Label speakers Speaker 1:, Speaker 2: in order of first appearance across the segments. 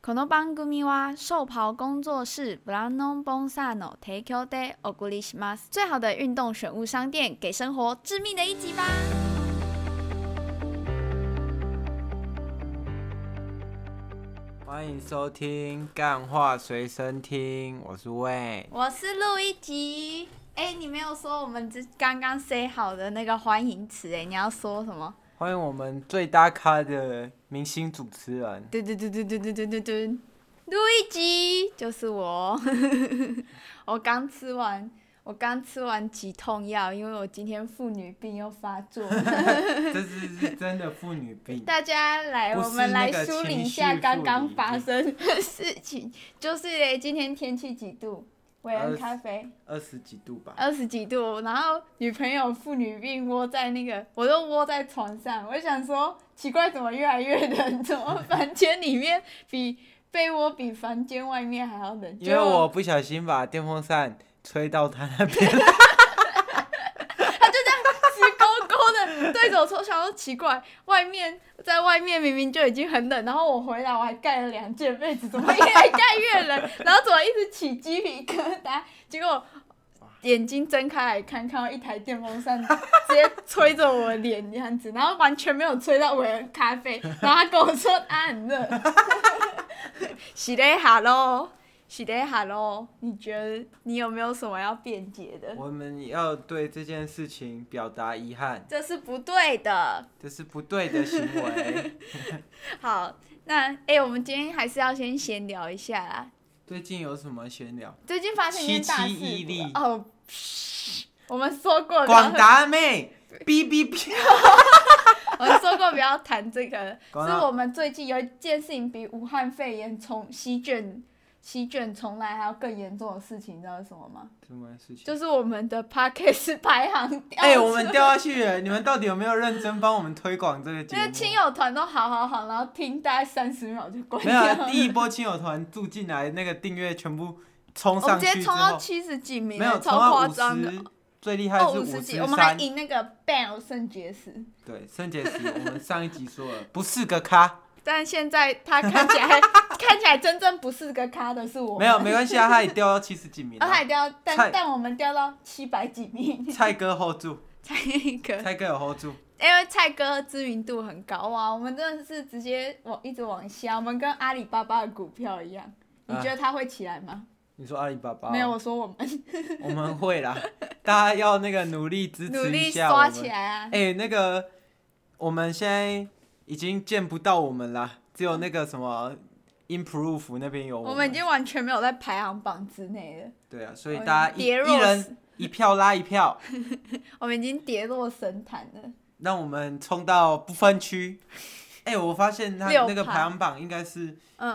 Speaker 1: この番組は寿袍工作室ブランドボンサーの提供でお送りします。最好的运动选物商店，给生活致命的一击吧！
Speaker 2: 欢迎收听《干话随身听》，我是魏。
Speaker 1: 我是录一集。哎、你没有说我们之刚刚 say 好的那个欢迎词，哎，你要说什么？
Speaker 2: 欢迎我们最大咖的明星主持 人，
Speaker 1: 对对对对对对对对对，录一集就是我。我刚吃完，我刚吃完止痛药，因为我今天妇女病又发作。
Speaker 2: 这是是真的妇女病。
Speaker 1: 大家来，
Speaker 2: 不
Speaker 1: 我
Speaker 2: 是
Speaker 1: 们来
Speaker 2: 那个
Speaker 1: 梳理
Speaker 2: 情
Speaker 1: 一
Speaker 2: 绪
Speaker 1: 下刚
Speaker 2: 妇
Speaker 1: 刚
Speaker 2: 女
Speaker 1: 发
Speaker 2: 病
Speaker 1: 生的事情。就是嘞，今天天气几度？韦恩
Speaker 2: 20
Speaker 1: 咖啡
Speaker 2: 二十几度吧，
Speaker 1: 二十几度，然后女朋友妇女病窝在那个，我都窝在床上，我就想说奇怪，怎么越来越冷？怎么房间里面比被窝比房间外面还要冷？
Speaker 2: 因为我不小心把电风扇吹到他那边，
Speaker 1: 直勾勾的对着我说，想说奇怪，外面在外面明明就已经很冷，然后我回来我还盖了两件被子，怎么越盖越冷？然后怎么一直起鸡皮疙瘩？结果眼睛睁开来看，看到一台电风扇直接吹着我脸这样子，然后完全没有吹到我的咖啡，然后他跟我说他很热， 洗了一下喽。洗了一下喽，你觉得你有没有什么要辩解的？
Speaker 2: 我们要对这件事情表达遗憾，
Speaker 1: 这是不对的。
Speaker 2: 这是不对的行为。
Speaker 1: 好，那哎、我们今天还是要先闲聊一下啦。
Speaker 2: 最近有什么闲聊？
Speaker 1: 最近发生一件大事
Speaker 2: 七七一例
Speaker 1: 故哦，嘘我们说过不要
Speaker 2: 广，达妹，哔哔哔，
Speaker 1: 我们说过不要谈这个，
Speaker 2: 广
Speaker 1: 是
Speaker 2: 达
Speaker 1: 我们最近有一件事情比武汉肺炎从席卷席卷从来还要更严重的事情，你知道是什么吗？
Speaker 2: 什么事情？
Speaker 1: 就是哦我们的 p a c k a g e 排行掉
Speaker 2: 哎、
Speaker 1: 出
Speaker 2: 我们掉下去了！你们到底有没有认真帮我们推广这个节
Speaker 1: 那
Speaker 2: 目
Speaker 1: 个？亲友团都好好好，然后听大概三十秒就关
Speaker 2: 没
Speaker 1: 掉
Speaker 2: 有
Speaker 1: 了，
Speaker 2: 啊，第一波亲友团住进来，那个订阅全部冲
Speaker 1: 我们
Speaker 2: 上
Speaker 1: 直
Speaker 2: 去
Speaker 1: 接
Speaker 2: 之
Speaker 1: 冲到
Speaker 2: 后，
Speaker 1: 七十几名，
Speaker 2: 没有冲
Speaker 1: 超
Speaker 2: 到
Speaker 1: 夸
Speaker 2: 五
Speaker 1: 张的。
Speaker 2: 十，最厉害
Speaker 1: 哦，
Speaker 2: 是
Speaker 1: 五
Speaker 2: 五
Speaker 1: 十几，
Speaker 2: 十
Speaker 1: 我们还
Speaker 2: 三。
Speaker 1: 赢那个 Bell 圣爵士，
Speaker 2: 对，圣 洁石，我们上一集说了，不是个咖，
Speaker 1: 但现在他看起来 看起来真正不是个咖的是我，哦
Speaker 2: 没有没关系啊，他也掉到七十几名啊
Speaker 1: 而还
Speaker 2: 了。
Speaker 1: 掉，但
Speaker 2: 菜
Speaker 1: 但我们掉到七百几名，
Speaker 2: 蔡哥 hold 住，
Speaker 1: 才一个，
Speaker 2: 蔡哥有 hold 住，
Speaker 1: 因为蔡哥知名度很高啊，我们真的是直接往一直往下，我们跟阿里巴巴的股票一样，你
Speaker 2: 啊
Speaker 1: 觉得他会起来吗？
Speaker 2: 你说阿里巴巴哦？
Speaker 1: 没有，我说我们
Speaker 2: 我们会啦，大家要那个努力支
Speaker 1: 努
Speaker 2: 持
Speaker 1: 力
Speaker 2: 一下我
Speaker 1: 刷起
Speaker 2: 们。
Speaker 1: 来啊，
Speaker 2: 哎、那个我们现在已经见不到我们啦，只有那个什么 improve 那边有
Speaker 1: 我们已经完全没有在排行榜之内了，
Speaker 2: 对啊，所以
Speaker 1: 我们
Speaker 2: 大家一
Speaker 1: 跌落
Speaker 2: 一人一票拉 一票，
Speaker 1: 我们已经跌落神坛了。
Speaker 2: 让我们冲到不分区。哎、我发现他
Speaker 1: 六
Speaker 2: 那个
Speaker 1: 趴
Speaker 2: 排行榜应该是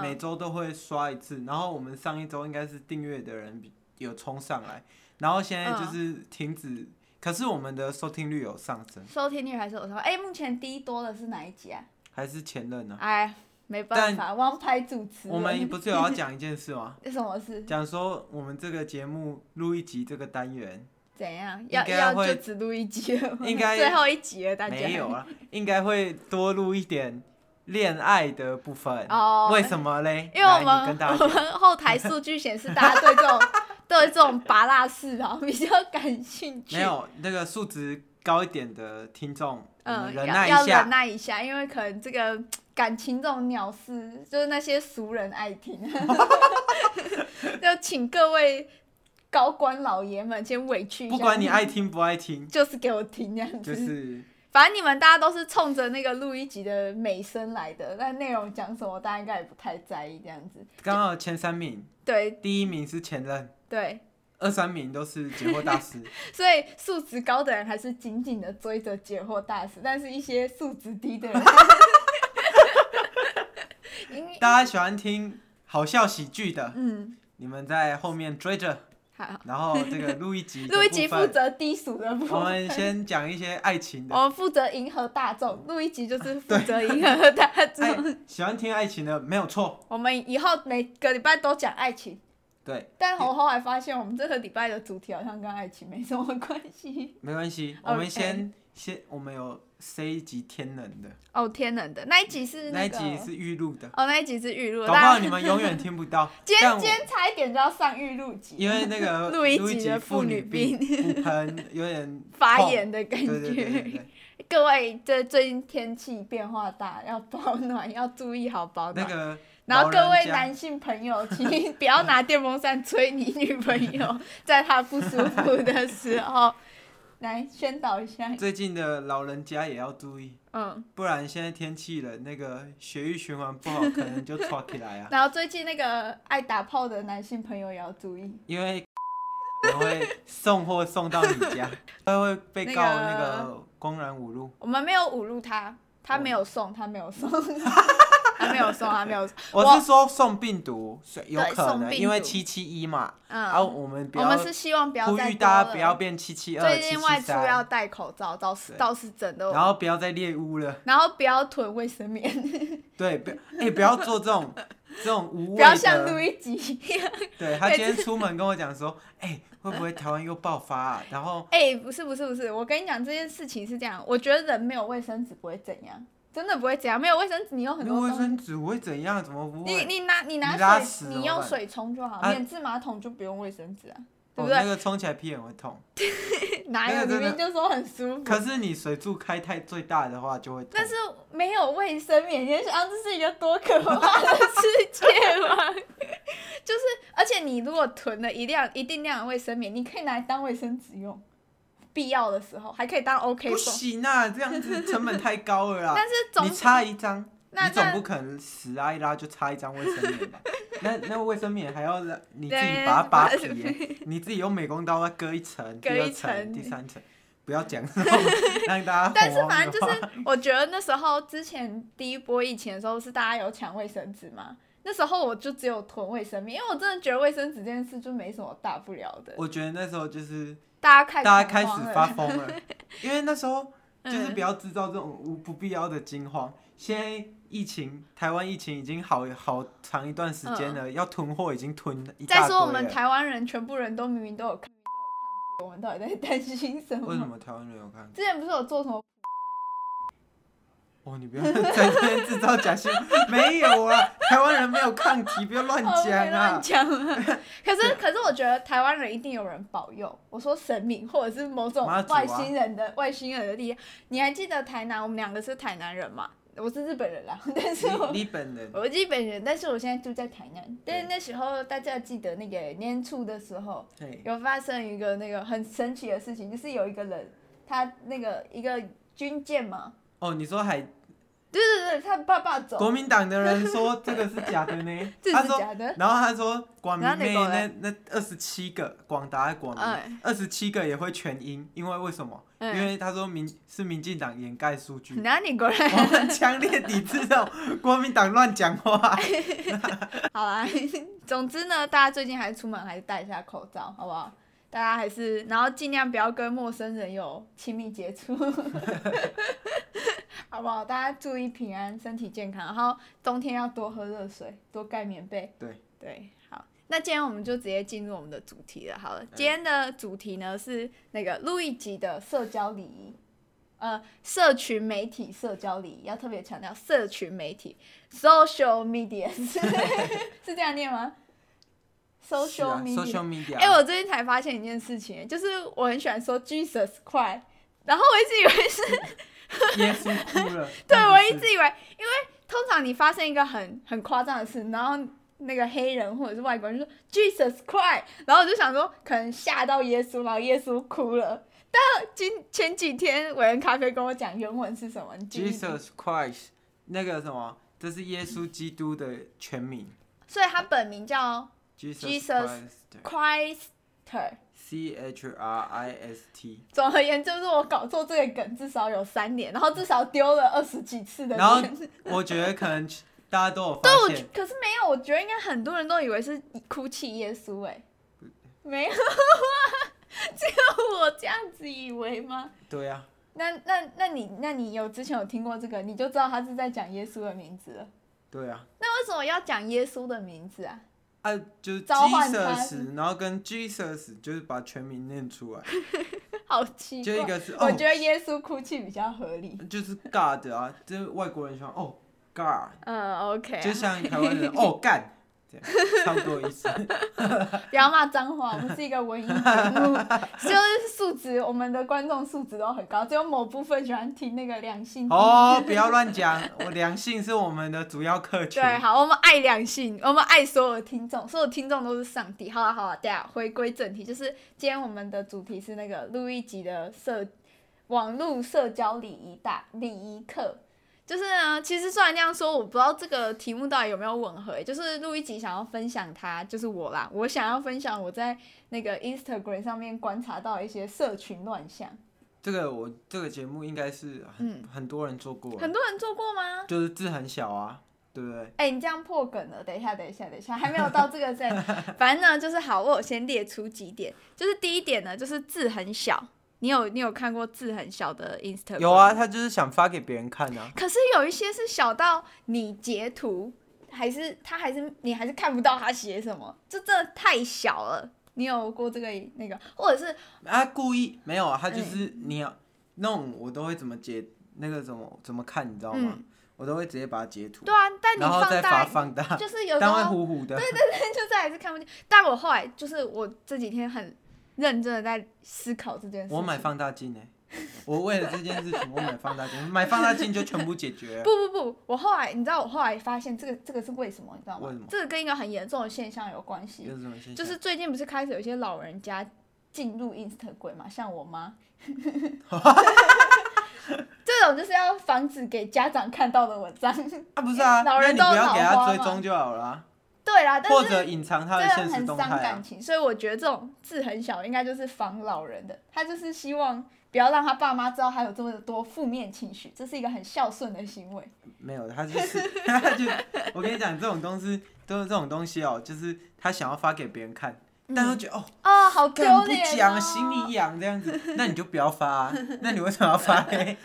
Speaker 2: 每
Speaker 1: 嗯，
Speaker 2: 周都会刷一次，然后我们上一周应该是订阅的人比有冲上来，然后现在就是
Speaker 1: 嗯
Speaker 2: 停止，可是我们的收听率有上升，
Speaker 1: 收听率还是有什么？哎、目前第一多的是哪一集啊？
Speaker 2: 还是前任呢、
Speaker 1: 哎，没办法，王牌主持人。
Speaker 2: 我们不 是有要讲一件事吗？
Speaker 1: 什么事？
Speaker 2: 讲说我们这个节目录一集这个单元
Speaker 1: 怎样？
Speaker 2: 该
Speaker 1: 要要
Speaker 2: 会
Speaker 1: 就只录一集了吗
Speaker 2: 应该
Speaker 1: 最后一集了，大家
Speaker 2: 没有啊，应该会多录一点恋爱的部分。
Speaker 1: 哦，
Speaker 2: 为什么嘞？
Speaker 1: 因为我
Speaker 2: 来你
Speaker 1: 们
Speaker 2: 跟大
Speaker 1: 我
Speaker 2: 家讲，
Speaker 1: 们后台数据显示，大家对这种对这种拔辣式啊比较感兴趣。
Speaker 2: 没，有那个素质高一点的听众，我
Speaker 1: 嗯，
Speaker 2: 们忍
Speaker 1: 要
Speaker 2: 耐
Speaker 1: 要
Speaker 2: 一
Speaker 1: 忍
Speaker 2: 下。
Speaker 1: 耐一下，因为可能这个感情这种鸟事，就是那些俗人爱听。 就请各位高官老爷们先委屈一下，
Speaker 2: 不管你爱，听不爱 听，
Speaker 1: 就是给我听这样子。
Speaker 2: 就是
Speaker 1: 反正你们大家都是冲着那个录一集的美声来的，但内容讲什么，大家应该也不太在意这样子。
Speaker 2: 刚好前三名，
Speaker 1: 对
Speaker 2: 第一名是前任，
Speaker 1: 对，
Speaker 2: 二三名都是解惑大 师。
Speaker 1: 所以素质高的人还是紧紧的追着解惑大师，但是一些素质低的人， 因为
Speaker 2: 大家喜欢听好笑喜剧的，
Speaker 1: 嗯，
Speaker 2: 你们在后面追着，
Speaker 1: 好，
Speaker 2: 然后这个录一集 的
Speaker 1: 录一集
Speaker 2: 部
Speaker 1: 负
Speaker 2: 分
Speaker 1: 责低俗的部
Speaker 2: 我
Speaker 1: 分。
Speaker 2: 们先讲一些爱情 的
Speaker 1: 我。们负责迎合大众，录一集就是负责迎合大
Speaker 2: 爱
Speaker 1: 众。
Speaker 2: 哎喜欢听爱情的没有错，
Speaker 1: 我们以后每个礼拜都讲爱情，
Speaker 2: 对，
Speaker 1: 但我后来发现，我们这个礼拜的主题好像跟爱情没什么关系。
Speaker 2: 没关系。
Speaker 1: OK
Speaker 2: 我们先先，我们有 C 一集天冷的，
Speaker 1: 哦，天冷的那一集是
Speaker 2: 那一
Speaker 1: 个，
Speaker 2: 集是预录的，
Speaker 1: 哦，那一集是预录，
Speaker 2: 搞不好
Speaker 1: 大
Speaker 2: 你
Speaker 1: 家
Speaker 2: 们永远听不
Speaker 1: 。
Speaker 2: 到
Speaker 1: 今
Speaker 2: 但
Speaker 1: 天
Speaker 2: 我
Speaker 1: 今天差一点就要上预录集，
Speaker 2: 因为那个
Speaker 1: 录一集
Speaker 2: 集
Speaker 1: 的妇
Speaker 2: 妇
Speaker 1: 女
Speaker 2: 病骨盆有点
Speaker 1: 发
Speaker 2: 痛
Speaker 1: 炎的感
Speaker 2: 对对对对
Speaker 1: 觉。
Speaker 2: 对，
Speaker 1: 各位，这最近天气变化大，要保暖，要注意好保
Speaker 2: 那
Speaker 1: 暖。
Speaker 2: 个
Speaker 1: 然后
Speaker 2: 老
Speaker 1: 各
Speaker 2: 人
Speaker 1: 位
Speaker 2: 家
Speaker 1: 男性朋友，请不要拿电风扇吹你女朋 友，在她不舒服的时候，来宣导一下。
Speaker 2: 最近的老人家也要注意，
Speaker 1: 嗯，
Speaker 2: 不然现在天气冷，那个血液循环不好，可能就喘起 来啊。
Speaker 1: 然后最近那个爱打炮的男性朋友也要注意，
Speaker 2: 因为可能会送货送到你 家，他会被告那个公然侮辱。
Speaker 1: 我们没有侮辱他，他没有送，他没有 送，他没有送，他没有送。
Speaker 2: 我是说送病毒，所以有
Speaker 1: 对
Speaker 2: 可
Speaker 1: 送
Speaker 2: 能
Speaker 1: 病
Speaker 2: 因为
Speaker 1: 毒
Speaker 2: 七七一嘛，
Speaker 1: 嗯，
Speaker 2: 然后我们不
Speaker 1: 我
Speaker 2: 要
Speaker 1: 们是希望不要
Speaker 2: 呼
Speaker 1: 再
Speaker 2: 吁
Speaker 1: 多
Speaker 2: 大家不要
Speaker 1: 了
Speaker 2: 变七七二、
Speaker 1: 最
Speaker 2: 七
Speaker 1: 近
Speaker 2: 七
Speaker 1: 外出要
Speaker 2: 三，
Speaker 1: 戴口罩，倒是
Speaker 2: 对
Speaker 1: 倒是真的。
Speaker 2: 然后不要再猎物了。
Speaker 1: 然后不要囤卫生棉，
Speaker 2: 对，不，哎，不要做这种这种无
Speaker 1: 不
Speaker 2: 谓
Speaker 1: 要像路
Speaker 2: 的。
Speaker 1: 易吉一样。
Speaker 2: 对他
Speaker 1: 每
Speaker 2: 今天出门跟我讲说，哎，会不会台湾又爆发啊？然后
Speaker 1: 哎、不是不是不是，我跟你讲这件事情是这样，我觉得人没有卫生纸不会怎样，真的不会怎样，没有卫生纸你 有很
Speaker 2: 那
Speaker 1: 多
Speaker 2: 卫
Speaker 1: 东西。
Speaker 2: 生纸会怎样？怎么不
Speaker 1: 你
Speaker 2: 会？哦
Speaker 1: 你拿你
Speaker 2: 你
Speaker 1: 拿
Speaker 2: 拉
Speaker 1: 水，
Speaker 2: 屎
Speaker 1: 你
Speaker 2: 怎么
Speaker 1: 用
Speaker 2: 办
Speaker 1: 水冲就好，
Speaker 2: 啊
Speaker 1: 免治马桶就不用卫生纸啊，对不
Speaker 2: 哦，那
Speaker 1: 对？
Speaker 2: 个冲起来屁眼会痛。
Speaker 1: 哪
Speaker 2: 那
Speaker 1: 有
Speaker 2: 个
Speaker 1: 明明
Speaker 2: 真的
Speaker 1: 就说很舒服，
Speaker 2: 可是你水柱开太最大的话就会痛。
Speaker 1: 嗯但是没有卫生棉，你能想象这是一个多可怕的世界吗？ 就是，而且你如果囤了一量一定量的卫生棉，你可以拿来当卫生纸用，必要的时候还可以当 OK
Speaker 2: 不
Speaker 1: 绷。
Speaker 2: 行啊，这样子成本太高了啦。
Speaker 1: 但是总
Speaker 2: 你擦一张，
Speaker 1: 那
Speaker 2: 你总
Speaker 1: 那
Speaker 2: 不可能死啊拉一拉就擦一张卫生 棉吧？那那卫生棉还要让你自
Speaker 1: 对
Speaker 2: 己把它
Speaker 1: 把
Speaker 2: 扒皮 耶，你自己用美工刀要割一层、
Speaker 1: 割
Speaker 2: 第二
Speaker 1: 一层
Speaker 2: 层、第三层，不要讲让大 家
Speaker 1: 但是
Speaker 2: 恐慌哦
Speaker 1: 反正
Speaker 2: 的
Speaker 1: 就
Speaker 2: 话
Speaker 1: 是，我觉得那时候之前第一波疫情的时候，是大家有抢卫生纸嘛？那时候我就只有囤卫生棉，因为我真的觉得卫生纸这件事就没什么大不了的。
Speaker 2: 我觉得那时候就是
Speaker 1: 大家开
Speaker 2: 大家开
Speaker 1: 恐
Speaker 2: 始
Speaker 1: 慌了
Speaker 2: 发疯 了，因为那时候就
Speaker 1: 嗯
Speaker 2: 是不要制造这种无不必要的惊慌。现在疫情，台湾疫情已经好好长一段时间了，要囤货已经囤一
Speaker 1: 嗯
Speaker 2: 大
Speaker 1: 再
Speaker 2: 堆
Speaker 1: 说
Speaker 2: 了。
Speaker 1: 我们台湾人全部人都明明都有看，我们到底在担心什
Speaker 2: 为什
Speaker 1: 么？
Speaker 2: 么台湾人有看？
Speaker 1: 之前不是有做什么？
Speaker 2: 哦，你不要在这边制造假新闻，没 有啊，台湾人没有抗体，不要乱
Speaker 1: 哦
Speaker 2: 讲
Speaker 1: 乱
Speaker 2: 啊。
Speaker 1: 讲 啊！可是可是，我觉得台湾人一定有人保佑。我说神明或者是某种
Speaker 2: 妈祖啊
Speaker 1: 外星人的、外星人的力量。你还记得台南？我们两个是台南人嘛？我是日本人啦， 但是我
Speaker 2: 你你本人
Speaker 1: 我日本人，但是我现在住在台南。但是
Speaker 2: 对
Speaker 1: 那时候大家记得那个年初的时候，
Speaker 2: 对
Speaker 1: 有发生一个那个很神奇的事情，就是有一个人，他那个一个军舰嘛，
Speaker 2: 哦，你说海
Speaker 1: 对对对，他爸爸走，
Speaker 2: 国民党的人说这个是假的呢
Speaker 1: 这，
Speaker 2: 他
Speaker 1: 是
Speaker 2: 说
Speaker 1: 假的。
Speaker 2: 然后他说广
Speaker 1: 然
Speaker 2: 明
Speaker 1: 后那
Speaker 2: 妹
Speaker 1: 个
Speaker 2: 那那二十七个广达还广
Speaker 1: 哎
Speaker 2: 明二十七个也会全阴，因为为什么？因
Speaker 1: 嗯，
Speaker 2: 为他说民是民进党掩盖数 据，
Speaker 1: 哪里过来？
Speaker 2: 我们强烈抵制这种国民党乱讲 话。
Speaker 1: 好啦， 总之呢，大家最近还是出门还是戴一下口罩，好不好？大家还是，然后尽量不要跟陌生人有亲密接触， 好不好？大家注意平安，身体健康，然后冬天要多喝热水，多盖棉被。
Speaker 2: 对
Speaker 1: 对，好，那今天我们就直接进入我们的主题了。
Speaker 2: 哎
Speaker 1: 好了，今天的主题呢是那个路易吉的社交礼仪，呃，社群媒体社交礼仪要特别强调社群媒体 （social media） 是 是这样念吗
Speaker 2: 是啊
Speaker 1: ？social media
Speaker 2: social。media，
Speaker 1: 哎、我最近才发现一件事情，就是我很喜欢说 Jesus 快，然后我一直以为是
Speaker 2: 耶稣哭了。
Speaker 1: 对，
Speaker 2: 但不
Speaker 1: 我
Speaker 2: 是
Speaker 1: 一直以为，因为通常你发生一个很很夸张的事，然后那个黑人或者是外国人就说 Jesus Christ，然后我就想说可能吓到耶稣，然后耶稣哭了。但今前几天韦恩咖啡跟我讲原文是什么，你记不记得
Speaker 2: Jesus Christ，那个什么，这是耶稣基督的全名。
Speaker 1: 所以他本名叫
Speaker 2: Jesus
Speaker 1: Jesus
Speaker 2: Christ，C
Speaker 1: Christer。
Speaker 2: H R I S T。
Speaker 1: 总而言之，就是我搞错这个梗至少有三年，然后至少丢了二十几次的
Speaker 2: 然后
Speaker 1: 脸。
Speaker 2: 我觉得可能大家都 有
Speaker 1: 但我
Speaker 2: 发
Speaker 1: 觉
Speaker 2: 现，
Speaker 1: 可是没有，我觉得应该很多人都以为是哭泣耶稣哎、没有 啊，只有我这样子以为吗？
Speaker 2: 对啊，
Speaker 1: 那那那你那你有之前有听过这个，你就知道他是在讲耶稣的名字了。
Speaker 2: 对啊，
Speaker 1: 那为什么要讲耶稣的名字啊？
Speaker 2: 啊，就是
Speaker 1: 召唤他
Speaker 2: Jesus，然后跟 Jesus 就是把全名念出来，
Speaker 1: 好奇
Speaker 2: 就一
Speaker 1: 怪。
Speaker 2: 个是
Speaker 1: 我
Speaker 2: 哦，
Speaker 1: 觉得耶稣哭泣比较合理。
Speaker 2: 就是 God 啊，就是外国人喜欢哦 God，
Speaker 1: 嗯，OK，
Speaker 2: 就像台 湾人哦干，这样差不多意思。
Speaker 1: 不要骂脏话，我们是一个文艺节 目，就是素质，我们的观众素质都很高，只有某部分喜欢听那个两性。
Speaker 2: 哦，不要乱讲，我良性是我们的主要客群。
Speaker 1: 对，啊好，我们爱两性，我们爱所有听众，所有听众都是上帝。好了好了，大家回归正题，就是今天我们的主题是那个路易吉的社网络社交礼仪大礼仪课。就是呢，其实虽然这样说，我不知道这个题目到底有没有吻合。欸就是路易吉想要分享他，就是我啦，我想要分享我在那个 Instagram 上面观察到一些社群乱象。
Speaker 2: 这个我这个节目应该是很、很多人做过，
Speaker 1: 嗯很多人做过吗？
Speaker 2: 就是字很小啊，对不对？
Speaker 1: 哎、你这样破梗了，等一下，等一下，等一下，还没有到这 个站。反正呢，就是好，我有先列出几点，就是第一点呢，就是字很小。你有你有看过字很小的 Instagram？
Speaker 2: 有啊，。他就是想发给别人看啊。
Speaker 1: 可是有一些是小到你截图，还是他还是你还是看不到他写什么，这真的太小了。你有过这个那个，或者是
Speaker 2: 他故意没有啊，他就是你要弄我都会怎么截那个怎么怎么看，你知道吗？我都会直接把它截
Speaker 1: 嗯
Speaker 2: 图，
Speaker 1: 对啊，但你
Speaker 2: 然后
Speaker 1: 放
Speaker 2: 再发
Speaker 1: 大，
Speaker 2: 放大，
Speaker 1: 就是有时
Speaker 2: 但会
Speaker 1: 候
Speaker 2: 糊糊 的。
Speaker 1: 就是还是看不见。但我后来就是我这几天很认真的在思考这件事情。
Speaker 2: 我买放大镜哎、我为了这件事情我买放大镜，买放大镜就全部解决了。
Speaker 1: 不不不，我后来你知道，我后来发现这个这个是为什么，你知道吗？
Speaker 2: 为什么
Speaker 1: 这个跟一个很严重的现象有关系，
Speaker 2: 有什么现象？
Speaker 1: 就是最近不是开始有一些老人家进入 Instagram 嘛，像我 妈，这种就是要防止给家长看到的文章。
Speaker 2: 啊，不是啊，
Speaker 1: 老人都
Speaker 2: 那你不要给
Speaker 1: 脑
Speaker 2: 他
Speaker 1: 花
Speaker 2: 追
Speaker 1: 嘛
Speaker 2: 踪就好了啊、
Speaker 1: 对啦，但
Speaker 2: 或
Speaker 1: 是
Speaker 2: 者隐藏他
Speaker 1: 这
Speaker 2: 的
Speaker 1: 样
Speaker 2: 现实
Speaker 1: 很
Speaker 2: 动
Speaker 1: 伤
Speaker 2: 态啊
Speaker 1: 感。情，所以我觉得这种字很小，应该就是防老人的，他就是希望。不要让他爸妈知道他有这么多负面情绪，这是一个很孝顺的行为。
Speaker 2: 没有，他就是 他就我跟你讲，这种东西都是这种东西哦，就是他想要发给别人看，但他觉得哦，
Speaker 1: 哦，好丢
Speaker 2: 干不
Speaker 1: 脸、哦！
Speaker 2: 讲，心里痒这样子，那你就不要发啊，那你为什么 要发嘞？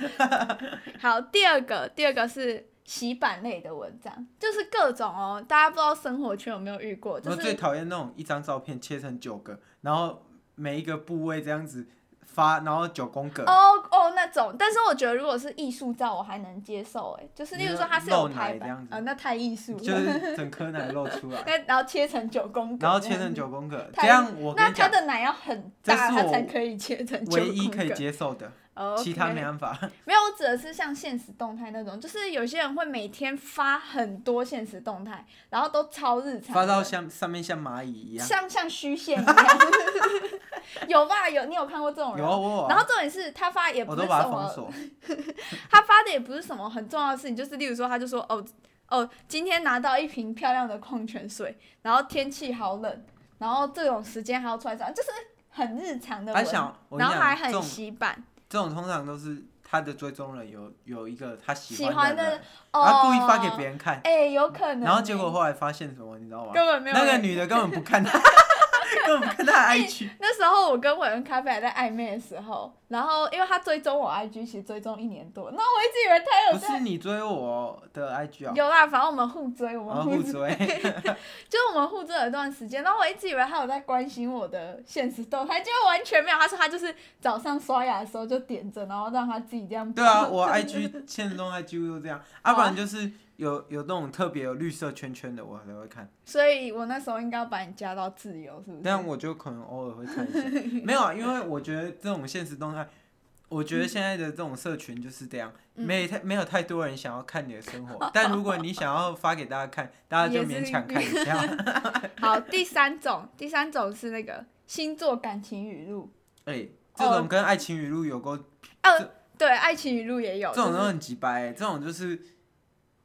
Speaker 1: 好，第二个，第二个是洗版类的文章，就是各种哦，大家不知道生活圈有没有遇过，就
Speaker 2: 我哦最
Speaker 1: 是
Speaker 2: 讨厌那种一张照片切成九个，然后每一个部位这样子发，然后九宫格。
Speaker 1: 哦哦那种。但是我觉得如果是艺术照，我还能接受，哎，就是例如说它是有
Speaker 2: 露奶
Speaker 1: 排
Speaker 2: 这样
Speaker 1: 版
Speaker 2: 子，
Speaker 1: 呃，那太艺术
Speaker 2: 就
Speaker 1: 了。
Speaker 2: 是整颗奶露出 来，
Speaker 1: 那然后切成九宫格，
Speaker 2: 然后切成，九宫格，
Speaker 1: 太
Speaker 2: 这样我跟
Speaker 1: 那
Speaker 2: 你
Speaker 1: 它
Speaker 2: 讲，
Speaker 1: 的奶要很
Speaker 2: 这
Speaker 1: 大，
Speaker 2: 是
Speaker 1: 它
Speaker 2: 我
Speaker 1: 才可以切成九宫
Speaker 2: 唯
Speaker 1: 格。
Speaker 2: 一可以接受的，
Speaker 1: OK
Speaker 2: 其他没办法。
Speaker 1: 没有，我指的是像现实动态那种，就是有些人会每天发很多现实动态，然后都超日常的，
Speaker 2: 发到像上面像蚂蚁一样，
Speaker 1: 像像虚线一样， 有吧？有，你有看过这种人？
Speaker 2: 有啊我有啊
Speaker 1: 然后重点是他发也不
Speaker 2: 我
Speaker 1: 是什
Speaker 2: 都把它封
Speaker 1: 么，
Speaker 2: 锁。
Speaker 1: 他发的也不是什么很重要的事情，就是例如说，他就说哦哦，今天拿到一瓶漂亮的矿泉水，然后天气好冷，然后这种时间还要出来上，就是很日常的
Speaker 2: 他
Speaker 1: 文，
Speaker 2: 想，我跟
Speaker 1: 然
Speaker 2: 你
Speaker 1: 后还
Speaker 2: 讲，这
Speaker 1: 很
Speaker 2: 种
Speaker 1: 洗版，
Speaker 2: 这种通常都是他的追踪人有有一个他喜
Speaker 1: 喜欢
Speaker 2: 的
Speaker 1: 的
Speaker 2: 人，
Speaker 1: 哦，
Speaker 2: 然后故意发给别人看，
Speaker 1: 哎、有可能欸，
Speaker 2: 然后结果后来发现什么，你知道吗？
Speaker 1: 根本没有
Speaker 2: 那个
Speaker 1: 人
Speaker 2: 女的根本不看 他，根本不看他的 IG，
Speaker 1: 那时候我跟伟恩咖啡还在暧昧的时候，然后因为他追踪我 IG，其实追踪一年多，那我一直以为他
Speaker 2: 不
Speaker 1: 有在
Speaker 2: 是你追我的 IG 啊，
Speaker 1: 有啦，反正我们互追，我们
Speaker 2: 然
Speaker 1: 互
Speaker 2: 后啊互
Speaker 1: 追，
Speaker 2: 追，
Speaker 1: 就是我们互追了一段时间。然后我一直以为他有在关心我的现实动态，结果完全没有。他说他就是早上刷牙的时候就点着，然后让他自己这样。
Speaker 2: 对啊，我 IG 现实中 IG 都这样，啊，不然就是有有那种特别有绿色圈圈的，我才会看，
Speaker 1: 所以我那时候应该要把你加到自由，是不是？
Speaker 2: 但我就可能偶尔会看 一下，没有啊，因为我觉得这种现实动态。我觉得现在的这种社群就是这样，
Speaker 1: 嗯
Speaker 2: 没太没有太多人想要看你的生 活，但如果你想要发给大家看，大家就勉强看一 下。
Speaker 1: 好，第三种，第三种是那个星座感情语录。
Speaker 2: 哎、
Speaker 1: 哦
Speaker 2: 这种跟爱情语录有关，
Speaker 1: 对，爱情语录也有。
Speaker 2: 这种
Speaker 1: 哦就
Speaker 2: 都
Speaker 1: 是
Speaker 2: 很鸡掰、这种就是。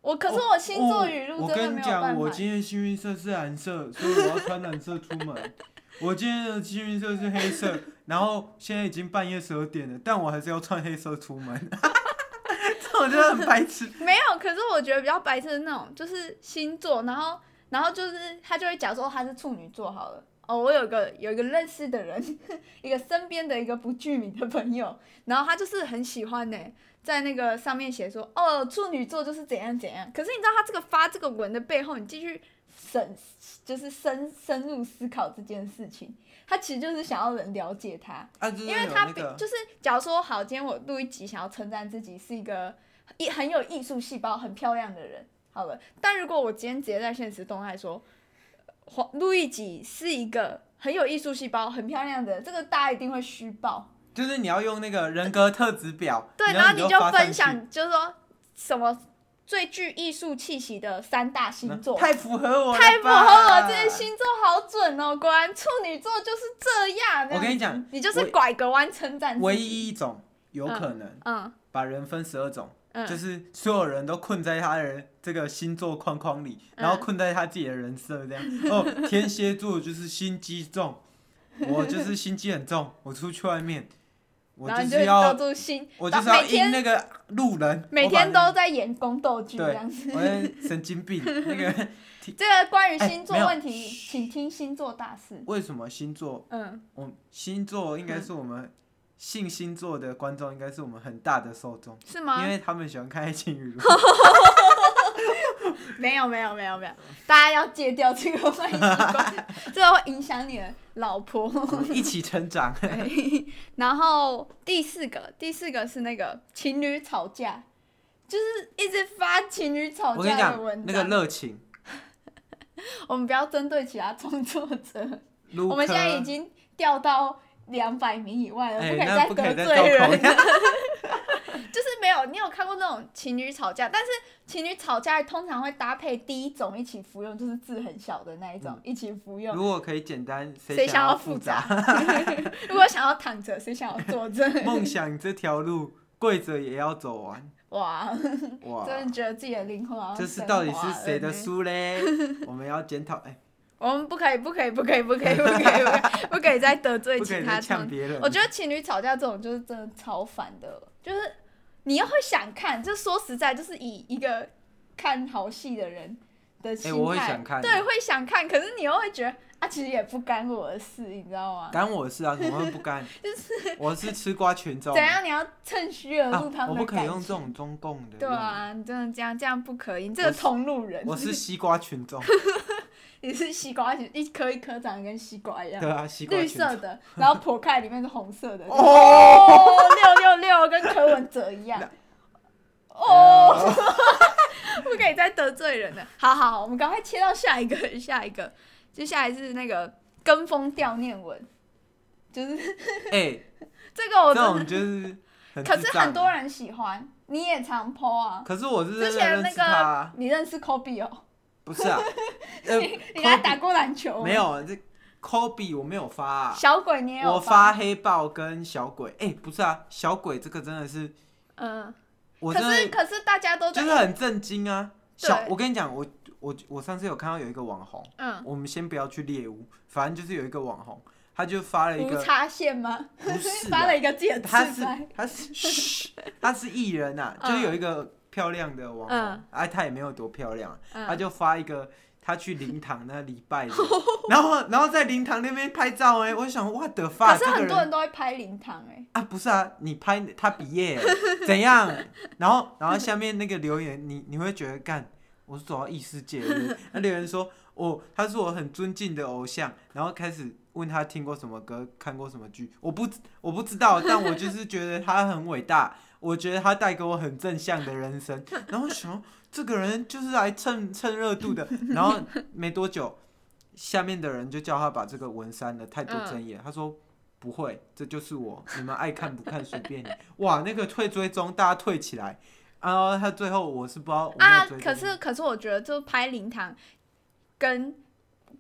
Speaker 1: 我可是我星座语
Speaker 2: 哦我
Speaker 1: 录
Speaker 2: 我
Speaker 1: 真的
Speaker 2: 跟
Speaker 1: 没
Speaker 2: 你
Speaker 1: 有办
Speaker 2: 讲，我
Speaker 1: 法。欸
Speaker 2: 今天幸运色是蓝色，所以我要穿蓝色出 门。我今天的幸运色是黑色，然后现在已经半夜十二点了，但我还是要穿黑色 出门。这种真的很白痴。
Speaker 1: 没有，可是我觉得比较白痴的那种，就是星座，然后然后就是他就会假说他是处女座好了，哦，我有个有一个认识的人， 一个身边的一个不具名的朋友，然后他就是很喜欢呢、在那个上面写说，哦，处女座就是怎样怎样。可是你知道他这个发这个文的背后，你继续审，就是深深入思考这件事情，他其实就是想要人了解他，
Speaker 2: 啊，就是
Speaker 1: 因为
Speaker 2: 有
Speaker 1: 他
Speaker 2: 那
Speaker 1: 比
Speaker 2: 个
Speaker 1: 就是，假如说好，今天我录一集，想要称赞自己是一个一很有艺术细胞、很漂亮的人，好了。但如果我今天直接在现实动态说，黄录一集是一个很有艺术细胞、很漂亮的人，这个大家一定会虚报。
Speaker 2: 就是你要用那个人格特质表，
Speaker 1: 对，
Speaker 2: 然
Speaker 1: 然后
Speaker 2: 你
Speaker 1: 就
Speaker 2: 发上
Speaker 1: 分
Speaker 2: 去
Speaker 1: 享，就是说什么最具艺术气息的三大星座。
Speaker 2: 太符合我，
Speaker 1: 太符合我这些。星座好准哦，果然处女座就是这样。这
Speaker 2: 我跟
Speaker 1: 样
Speaker 2: 你讲
Speaker 1: 子，你就是
Speaker 2: 唯
Speaker 1: 拐个弯称赞自己。
Speaker 2: 唯一一种有可能
Speaker 1: 嗯
Speaker 2: 把人分十二种，
Speaker 1: 嗯，
Speaker 2: 就是所有人都困在他的这个星座框框里，然后
Speaker 1: 嗯
Speaker 2: 困在他自己的人设这样。哦，天蝎座就是心机 重，我就是心机很重，我出去外面，我
Speaker 1: 然后你
Speaker 2: 是
Speaker 1: 到
Speaker 2: 要，
Speaker 1: 处心，
Speaker 2: 我就是
Speaker 1: 到
Speaker 2: 要
Speaker 1: 每
Speaker 2: 阴
Speaker 1: 天
Speaker 2: 那个路人，
Speaker 1: 每
Speaker 2: 我把
Speaker 1: 天都在演宫斗剧这
Speaker 2: 对
Speaker 1: 样子。
Speaker 2: 人，我是神经病。 那个
Speaker 1: 这个关于
Speaker 2: 哎
Speaker 1: 星座
Speaker 2: 没有
Speaker 1: 问题，请听星座大事。
Speaker 2: 为什么星座？
Speaker 1: 嗯，
Speaker 2: 我星座应该是我们信星座的观众，应该是我们很大的受众。
Speaker 1: 是
Speaker 2: 因
Speaker 1: 吗？
Speaker 2: 为他们喜欢看爱情 语录，
Speaker 1: 没有没有没有 没有，大家要戒掉这个坏习惯，这个会影响你的老 婆。
Speaker 2: 我们一起成长。
Speaker 1: 对然后第四个，第四个是那个情侣吵架，就是一直发情侣吵
Speaker 2: 我跟你
Speaker 1: 架
Speaker 2: 讲
Speaker 1: 的文，
Speaker 2: 那个
Speaker 1: 章。
Speaker 2: 热情，
Speaker 1: 我们不要针对其他创作者。
Speaker 2: 卢
Speaker 1: 我们现在
Speaker 2: 科
Speaker 1: 已经掉到两百名以外了，
Speaker 2: 哎那
Speaker 1: 不
Speaker 2: 不
Speaker 1: 可
Speaker 2: 可
Speaker 1: 以
Speaker 2: 以
Speaker 1: 再
Speaker 2: 再
Speaker 1: 得罪人。
Speaker 2: 造
Speaker 1: 就是没有，你有看过那种情侣吵架？但是情侣吵架通常会搭配第一种一起服用，就是字很小的那一种、一起服用。
Speaker 2: 嗯如果可以简单，
Speaker 1: 谁
Speaker 2: 想
Speaker 1: 想要
Speaker 2: 复
Speaker 1: 复？ 如果想要躺着，谁想要坐着？
Speaker 2: 梦想这条路跪着也要 走完。
Speaker 1: 哇，
Speaker 2: 哇，
Speaker 1: 真的觉得自己的灵魂好像
Speaker 2: 这是到底是谁的
Speaker 1: 升华了呢？
Speaker 2: 书 嘞？我们要检讨，哎，
Speaker 1: 我们不可以，不可以，不可以，不可以，不可以，不可以，不可以再得罪
Speaker 2: 不可
Speaker 1: 其
Speaker 2: 以
Speaker 1: 他
Speaker 2: 再
Speaker 1: 创
Speaker 2: 呛别人。
Speaker 1: 我觉得情侣吵架这种就是真的超烦的，就是你又会想看，就说实在，就是以一个看好戏的人的心态，
Speaker 2: 哎我会想看
Speaker 1: 对，会想看，可是你又会觉得啊，其实也不干我的事，你知道吗？
Speaker 2: 干我的事啊，怎么会 不干？就是我是吃瓜群众
Speaker 1: 怎。样？你要趁虚而
Speaker 2: 啊
Speaker 1: 入他，
Speaker 2: 我
Speaker 1: 们的
Speaker 2: 不可以
Speaker 1: 感
Speaker 2: 用这
Speaker 1: 情。
Speaker 2: 种中共的。
Speaker 1: 对，啊，你真的这样这样不可以，你这
Speaker 2: 我
Speaker 1: 个
Speaker 2: 是
Speaker 1: 同路 人，
Speaker 2: 我是西瓜群众，
Speaker 1: 你是西瓜，一颗一颗长得跟西瓜一样
Speaker 2: 对，啊，西瓜
Speaker 1: 绿
Speaker 2: 群众
Speaker 1: 色。的，然后剖开里面是红色的，
Speaker 2: 哦，
Speaker 1: 哦，六六六，跟柯文哲一 样。哦，不可以再得罪人了。好好，我们赶快切到下一个， 下一个，接下来是那个跟风掉念文，就是
Speaker 2: 哎，
Speaker 1: 这个 我
Speaker 2: 这
Speaker 1: 真
Speaker 2: 种
Speaker 1: 的，
Speaker 2: 就是很
Speaker 1: 可
Speaker 2: 智
Speaker 1: 是
Speaker 2: 障
Speaker 1: 很多人喜欢，你也常 PO 啊。
Speaker 2: 可是我是
Speaker 1: 之
Speaker 2: 真的
Speaker 1: 前
Speaker 2: 认
Speaker 1: 那
Speaker 2: 识他啊
Speaker 1: 个，你认识 Kobe 哦，
Speaker 2: 不是啊，呃，
Speaker 1: 你跟他
Speaker 2: Kobe-
Speaker 1: 打过篮球哦
Speaker 2: 没？有啊，这 Kobe 我没有发啊，
Speaker 1: 小鬼你也有
Speaker 2: 我发
Speaker 1: 发？
Speaker 2: 黑豹跟小鬼，哎、不是啊，小鬼这个真的是，
Speaker 1: 嗯，
Speaker 2: 我
Speaker 1: 可
Speaker 2: 真
Speaker 1: 是
Speaker 2: 的
Speaker 1: 可是大家都在
Speaker 2: 就是很震惊啊。
Speaker 1: 对
Speaker 2: 小，我跟你讲，我我我上次有看到有一个网红，
Speaker 1: 嗯
Speaker 2: 我们先不要去猎物，反正就是有一个网红，他就发了一
Speaker 1: 无
Speaker 2: 个，
Speaker 1: 插线吗？
Speaker 2: 不是、
Speaker 1: 发
Speaker 2: 啊
Speaker 1: 了，一个自己的
Speaker 2: 他
Speaker 1: 自
Speaker 2: 是
Speaker 1: 拍，
Speaker 2: 他是嘘，他是艺人啊，就是有一个漂亮的网红，
Speaker 1: 嗯
Speaker 2: 啊，他也没有多漂亮啊、
Speaker 1: 嗯
Speaker 2: 他就发一个他去灵堂那礼拜 的，然后然后在灵堂那边拍照哎、我想我的发，
Speaker 1: 可是
Speaker 2: what the fuck，这
Speaker 1: 很
Speaker 2: 个
Speaker 1: 多
Speaker 2: 人
Speaker 1: 人都会拍灵堂哎、
Speaker 2: 啊不是啊，你拍他毕业欸 怎样？然后然后下面那个留言，你你会觉得干，我是走到异世界了是不是。那留言说哦，他是我很尊敬的偶像，然后开始问他听过什么歌，看过什么剧，我不我不知道，但我就是觉得他很伟大。 我觉得他带给我很正向的人生，然后想这个人就是来蹭蹭热度的。然后没多久，下面的人就叫他把这个文删了，太多
Speaker 1: 嗯
Speaker 2: 争议了。他说不会，这就是我，你们爱看不看随便你。哇，那个退追踪，大家退起来。然后他最后我是不知道我没
Speaker 1: 啊
Speaker 2: 有追，踪
Speaker 1: 可是可是我觉得就拍灵堂跟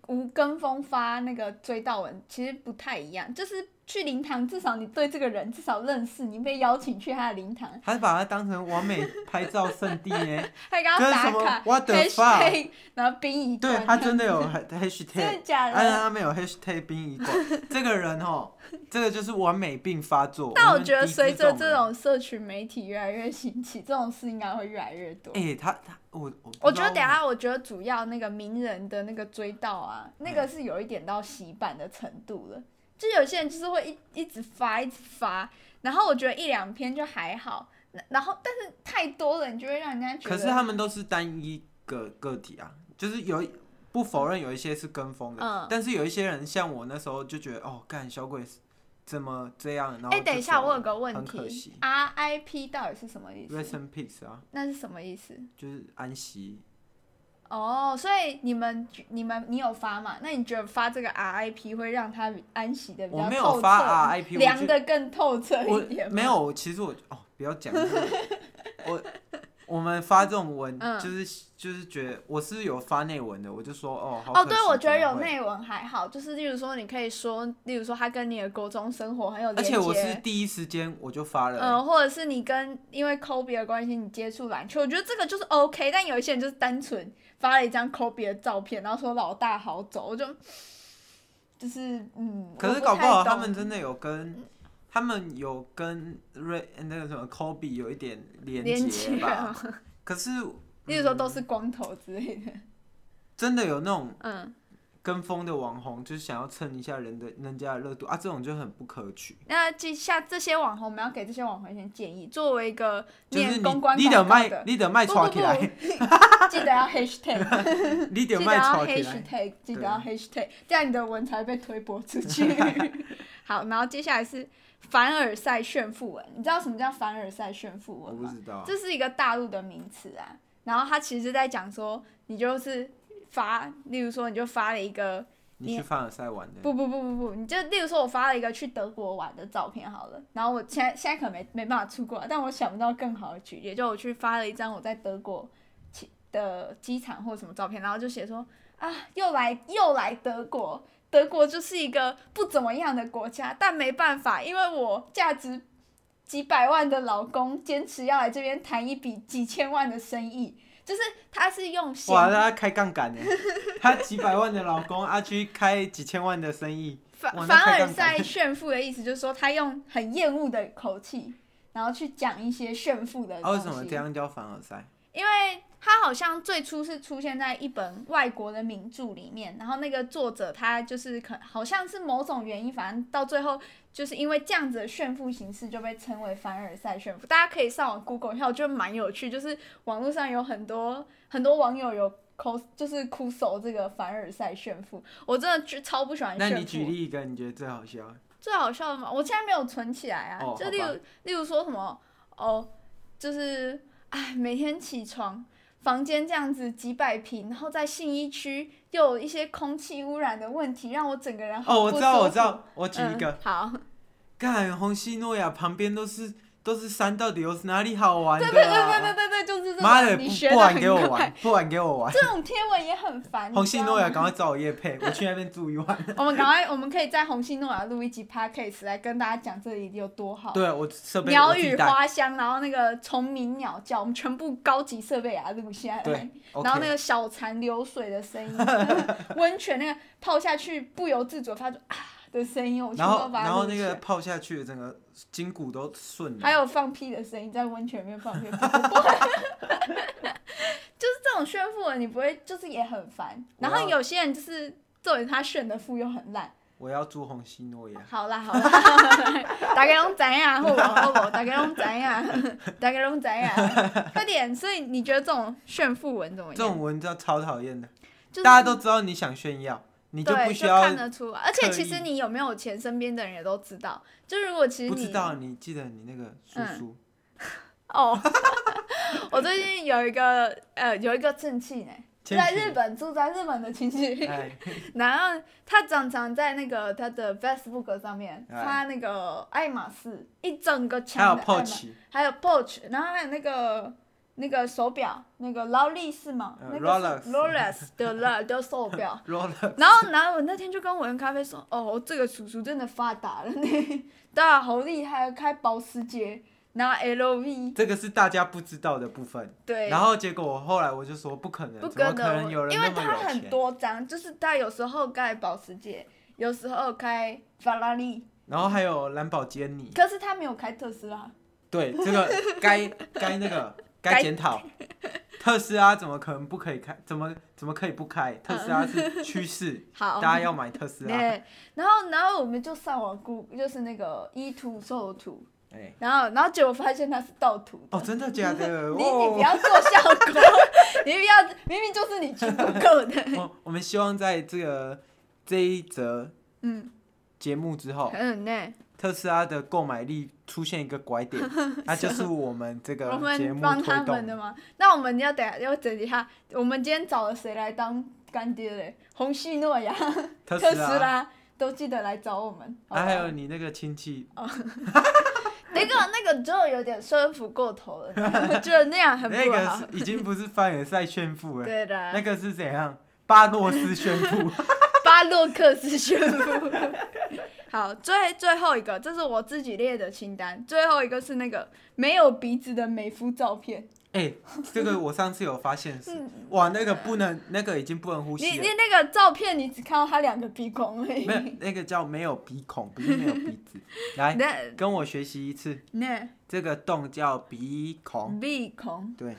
Speaker 1: 无跟风发那个追悼文其实不太一样，就是去灵堂，至少你对这个人至少认识，你被邀请去他的灵堂，
Speaker 2: 还是把它当成完美拍照圣地呢？
Speaker 1: 还 给他
Speaker 2: 这是
Speaker 1: 打
Speaker 2: 什么
Speaker 1: 卡
Speaker 2: ？What the fuck？
Speaker 1: ，#hashtag，然后殡仪
Speaker 2: 对
Speaker 1: 馆
Speaker 2: 他真的有
Speaker 1: 真
Speaker 2: hashtag，
Speaker 1: 的假
Speaker 2: 哎，
Speaker 1: 的？
Speaker 2: 他没有 hashtag 殡仪馆，这个人哦，这个就是完美病发作。
Speaker 1: 但我
Speaker 2: 们
Speaker 1: 觉得
Speaker 2: 抵制
Speaker 1: 随着
Speaker 2: 这
Speaker 1: 这
Speaker 2: 人，
Speaker 1: 种社群媒体越来越兴起，这种事应该会越来越多。
Speaker 2: 哎，他他我我
Speaker 1: 我觉得等一
Speaker 2: 下
Speaker 1: 下，我觉得主要那个名人的那个追悼啊，那
Speaker 2: 嗯
Speaker 1: 个是有一点到洗版的程度了。就有些人就是会一一直发，一直发，然后我觉得一两篇就还好，然然后但是太多了，你就会让人家觉
Speaker 2: 可
Speaker 1: 得。
Speaker 2: 是他们都是单一个个体啊，就是有一不否认有一些是跟风的，
Speaker 1: 嗯
Speaker 2: 但是有一些人像我那时候就觉得哦，干小鬼怎么这样？然后
Speaker 1: 哎、等一下，我
Speaker 2: 就否
Speaker 1: 有
Speaker 2: 认
Speaker 1: 个问
Speaker 2: 很可
Speaker 1: 题嗯
Speaker 2: 惜
Speaker 1: ，RIP 到底是什么意
Speaker 2: rest
Speaker 1: 思？
Speaker 2: in peace 啊，
Speaker 1: 那是什么意思？
Speaker 2: 就是安息。
Speaker 1: 哦，所以你们你们你有发嘛？那你觉得发这个 RIP 会让他安息的比
Speaker 2: 我
Speaker 1: 较
Speaker 2: 没
Speaker 1: 透
Speaker 2: 有
Speaker 1: 彻，
Speaker 2: 发 RIP，我
Speaker 1: 量
Speaker 2: 就
Speaker 1: 的更透彻
Speaker 2: 我
Speaker 1: 一点吗？
Speaker 2: 没有，其实我哦，不要讲这个，我我们发这种文，
Speaker 1: 嗯
Speaker 2: 就是就是觉得我是有发内文的，我就说哦，好
Speaker 1: 哦，
Speaker 2: 可
Speaker 1: 对
Speaker 2: 惜，
Speaker 1: 我觉得有
Speaker 2: 怎么会。
Speaker 1: 内文还好，就是例如说，你可以说，例如说他跟你的国中生活很有
Speaker 2: 而
Speaker 1: 连接，
Speaker 2: 且我是第一时间我就发了、
Speaker 1: 嗯，或者是你跟因为 Kobe 的关系，你接触篮球，我觉得这个就是 OK。但有一些人就是单纯发了一张 Kobe 的照片，然后说老大好走，我就就是嗯，
Speaker 2: 可
Speaker 1: 我
Speaker 2: 是
Speaker 1: 不
Speaker 2: 搞不
Speaker 1: 太
Speaker 2: 好他
Speaker 1: 懂
Speaker 2: 们真的有跟。他们有跟瑞那个什么 Kobe 有一点
Speaker 1: 连
Speaker 2: 连
Speaker 1: 接
Speaker 2: 结吧
Speaker 1: 啊，，
Speaker 2: 可是
Speaker 1: 例如说
Speaker 2: 嗯
Speaker 1: 都是光头之类的，
Speaker 2: 真的有那种
Speaker 1: 嗯，
Speaker 2: 跟风的网红，就是想要蹭一下人的人家的热度啊，这种就很不可取。
Speaker 1: 那记下这些网红，我们要给这些网红一些建议，作为一个
Speaker 2: 就是
Speaker 1: 念
Speaker 2: 你
Speaker 1: 公关
Speaker 2: 你
Speaker 1: 广
Speaker 2: 得
Speaker 1: 告
Speaker 2: 卖
Speaker 1: 的，
Speaker 2: 你得卖
Speaker 1: 不
Speaker 2: 串
Speaker 1: 不
Speaker 2: 起来，
Speaker 1: 不，记得要 hashtag。
Speaker 2: 你得
Speaker 1: 记得
Speaker 2: 卖
Speaker 1: 要
Speaker 2: 串起来。
Speaker 1: hashtag，记得要 hashtag，这样你的文才会被推播出 去。好，然后接下来是凡尔赛炫富文，你知道什么叫凡尔赛炫富
Speaker 2: 我
Speaker 1: 文
Speaker 2: 不
Speaker 1: 吗？
Speaker 2: 知道，
Speaker 1: 啊
Speaker 2: 啊
Speaker 1: 这是一个大陆的名词啊。然后它其实是在讲说，你就是发，例如说你就发了一个，
Speaker 2: 你去凡尔赛玩的，
Speaker 1: 不不不不不，你就例如说我发了一个去德国玩的照片好了，然后我现在现在可能没没办法出国啊，但我想不到更好的举例，就我去发了一张我在德国起的机场或什么照片，然后就写说啊，又来又来德国，德国就是一个不怎么样的国家，但没办法，因为我价值几百万的老公坚持要来这边谈一笔几千万的生意，就是他是用闲
Speaker 2: 哇，他开杠杆呢，他几百万的老公，阿去开几千万的生意，
Speaker 1: 凡
Speaker 2: 哇那
Speaker 1: 凡
Speaker 2: 太
Speaker 1: 尔
Speaker 2: 杠杆
Speaker 1: 赛炫富的意思就是说，他用很厌恶的口气，然后去讲一些炫富的
Speaker 2: 啊，
Speaker 1: 东
Speaker 2: 为
Speaker 1: 西。
Speaker 2: 什么这样叫凡尔赛？
Speaker 1: 因为他好像最初是出现在一本外国的名著里面，然后那个作者他就是可好像是某种原因，反正到最后就是因为这样子的炫富形式就被称为凡尔赛炫富。大家可以上网 Google 一下，我觉得蛮有趣，就是网络上有很多很多网友有。抠就是哭手这个凡尔赛炫富，我真的就超不喜欢炫
Speaker 2: 那
Speaker 1: 富。
Speaker 2: 你举例一个你觉得最好笑？
Speaker 1: 最好笑的嘛，我现在没有存起来啊。
Speaker 2: 哦
Speaker 1: 就例
Speaker 2: 好
Speaker 1: 如，例如说什么，哦，就是，哎，每天起床，房间这样子几百平，然后在信义区又有一些空气污染的问题，让我整个人很
Speaker 2: 哦，我
Speaker 1: 不舒
Speaker 2: 知道，我
Speaker 1: 服
Speaker 2: 知，道，我举一个，
Speaker 1: 嗯、好，
Speaker 2: 干红西诺亚旁边都是都是山，到底有哪里好玩
Speaker 1: 对对
Speaker 2: 的
Speaker 1: 对对
Speaker 2: 啊？
Speaker 1: 对对对，就是这
Speaker 2: 妈
Speaker 1: 种，
Speaker 2: 的，
Speaker 1: 你
Speaker 2: 不
Speaker 1: 学
Speaker 2: 不
Speaker 1: 的
Speaker 2: 玩给
Speaker 1: 很快
Speaker 2: 我玩。，不玩给我玩。
Speaker 1: 这种贴文也很烦，你
Speaker 2: 红
Speaker 1: 知
Speaker 2: 西
Speaker 1: 道
Speaker 2: 诺亚，
Speaker 1: 吗
Speaker 2: 赶快找我叶配，我去那边住一晚。
Speaker 1: 我们赶快，我们可以在红星诺亚录一集 podcast 来跟大家讲这里有多好。
Speaker 2: 对，我设备
Speaker 1: 鸟
Speaker 2: 我自己
Speaker 1: 语
Speaker 2: 带。
Speaker 1: 花香，然后那个虫鸣鸟叫，我们全部高级设备啊录下来，
Speaker 2: 对
Speaker 1: 然后
Speaker 2: OK
Speaker 1: 那个小潺流水的声 音，温泉那个泡下去不由自主发出啊的声音，我全
Speaker 2: 然
Speaker 1: 部都
Speaker 2: 后
Speaker 1: 把它
Speaker 2: 然后
Speaker 1: 录
Speaker 2: 那
Speaker 1: 起
Speaker 2: 个
Speaker 1: 来
Speaker 2: 泡下去，整个筋骨都顺了
Speaker 1: 还。有放屁的声音，在温泉里面放屁， 就是这种炫富文，你不会就是也很烦。然
Speaker 2: 我
Speaker 1: 后
Speaker 2: 要
Speaker 1: 有些人就是重点他炫的富又很烂，
Speaker 2: 我要住红西诺亚。
Speaker 1: 好啦好啦， 大家拢知影好无好无，大家拢知影， 大家拢知影，快点！所以你觉得这种炫富文怎么
Speaker 2: 这
Speaker 1: 样？
Speaker 2: 种文章超讨厌的，
Speaker 1: 就是
Speaker 2: 大家都知道你想炫耀，你就
Speaker 1: 对，
Speaker 2: 不需
Speaker 1: 就
Speaker 2: 要
Speaker 1: 看得出来。而且其
Speaker 2: 刻
Speaker 1: 实
Speaker 2: 意
Speaker 1: 你有没有钱，身边的人也都知道。就如果其实
Speaker 2: 不
Speaker 1: 你嗯
Speaker 2: 知道。你记得你那个叔叔，
Speaker 1: 哦， 我最近有一个呃有一个亲戚呢，就
Speaker 2: 千
Speaker 1: 在
Speaker 2: 玺
Speaker 1: 日本住在日本的亲戚，
Speaker 2: 哎，
Speaker 1: 然后他常常在那个他的 Facebook 上面
Speaker 2: 哎
Speaker 1: 发那个爱马仕一整个
Speaker 2: 还有
Speaker 1: 墙的爱马
Speaker 2: Poch，
Speaker 1: 还有 Boch，然后还有那个那个手表，那个劳力士嘛，
Speaker 2: 呃
Speaker 1: 那个是
Speaker 2: Rolex
Speaker 1: Rolex 的啦的手表。
Speaker 2: roller
Speaker 1: 然后，然后我那天就跟我跟咖啡说，哦，这个叔叔真的发达了呢， 大好厉害，哦开保时捷，拿 LV，
Speaker 2: 这个是大家不知道的部分。
Speaker 1: 对，
Speaker 2: 然后结果我后来我就说不可能，
Speaker 1: 不
Speaker 2: 怎么
Speaker 1: 跟
Speaker 2: 可能
Speaker 1: 的，
Speaker 2: 有人
Speaker 1: 因
Speaker 2: 那
Speaker 1: 为
Speaker 2: 么
Speaker 1: 他
Speaker 2: 有
Speaker 1: 很
Speaker 2: 钱？
Speaker 1: 多张，就是他有时候开保时捷，有时候开法拉利，
Speaker 2: 然后还有兰博基尼，
Speaker 1: 可是他没有开特斯拉，
Speaker 2: 对这 个该该那个该
Speaker 1: 该
Speaker 2: 检讨。特斯拉怎么可能不可以开？怎么怎么可以不开？特斯拉是趋势，
Speaker 1: 嗯好
Speaker 2: 大，家啊要买特斯拉。
Speaker 1: 对，然后然后我们就上网估，就是那个 E 依图授图，
Speaker 2: 哎，
Speaker 1: 然后然后结果发现它是盗图的。
Speaker 2: 哦，真的假的？
Speaker 1: 你你不
Speaker 2: 哦，
Speaker 1: 要做效果， 你不要，明明就是你去 Google 的，
Speaker 2: 哦我我们希望在这个这一则
Speaker 1: 嗯
Speaker 2: 节目之后，
Speaker 1: 嗯呢，
Speaker 2: 特斯拉的购买力出现一个拐 点，那就是我们这个
Speaker 1: 我
Speaker 2: 节
Speaker 1: 们
Speaker 2: 目
Speaker 1: 帮
Speaker 2: 推
Speaker 1: 他们的
Speaker 2: 动。
Speaker 1: 嘛。那我们要等下要整理一下，我们今天找了谁来当干爹嘞？红旭诺亚、
Speaker 2: 特
Speaker 1: 特
Speaker 2: 斯
Speaker 1: 斯拉哦都记得来找我们。好不
Speaker 2: 啊
Speaker 1: 好
Speaker 2: 还有你那个亲戚，
Speaker 1: 那个那个就有点说服过头了， 我觉得那样很
Speaker 2: 那
Speaker 1: 不
Speaker 2: 个
Speaker 1: 好。
Speaker 2: 是已经不是凡尔赛炫富了，
Speaker 1: 对的啊，
Speaker 2: 那个是怎样？巴洛斯炫富，
Speaker 1: 巴洛克式炫富。 好，最最后一个，这是我自己列的清单。最后一个是那个没有鼻子的美肤照片。
Speaker 2: 哎、这个我上次有发现是，
Speaker 1: 嗯
Speaker 2: 哇，那个不能，那个已经不能呼
Speaker 1: 你
Speaker 2: 吸
Speaker 1: 你
Speaker 2: 了，
Speaker 1: 那个照片，你只看到他两个鼻孔而已
Speaker 2: 没。有那个叫没有鼻孔，不是没有鼻子，来
Speaker 1: 那
Speaker 2: 跟我学习一次，
Speaker 1: 那
Speaker 2: 这个洞叫鼻孔，
Speaker 1: 鼻孔，
Speaker 2: 对，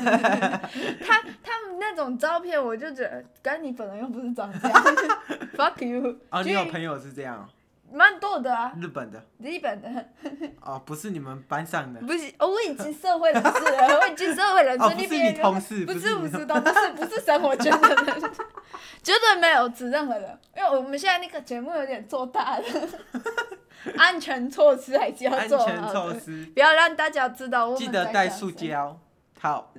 Speaker 1: 他他们那种照片，我就觉得，干你本人又不是长 这样 ，fuck you，
Speaker 2: 啊，你
Speaker 1: 就
Speaker 2: 有朋友是这样，
Speaker 1: 蛮多的啊，
Speaker 2: 日本的，
Speaker 1: 日本的，
Speaker 2: 哦，不是你们班上的，
Speaker 1: 不是，哦我已经社会人士了，我已经社会人
Speaker 2: 哦，
Speaker 1: 士，
Speaker 2: 不是
Speaker 1: 别人
Speaker 2: 你同事，
Speaker 1: 不
Speaker 2: 是
Speaker 1: 是不
Speaker 2: 你
Speaker 1: 是都不是不是生活圈的人，绝对没有指任何人，因为我们现在那个节目有点做大了，安全措施还是要
Speaker 2: 安
Speaker 1: 做
Speaker 2: 全
Speaker 1: 好
Speaker 2: 措
Speaker 1: 的，
Speaker 2: 施，
Speaker 1: 不要让大家知道我们
Speaker 2: 记得
Speaker 1: 在
Speaker 2: 带
Speaker 1: 讲
Speaker 2: 塑
Speaker 1: 什么。
Speaker 2: 胶套。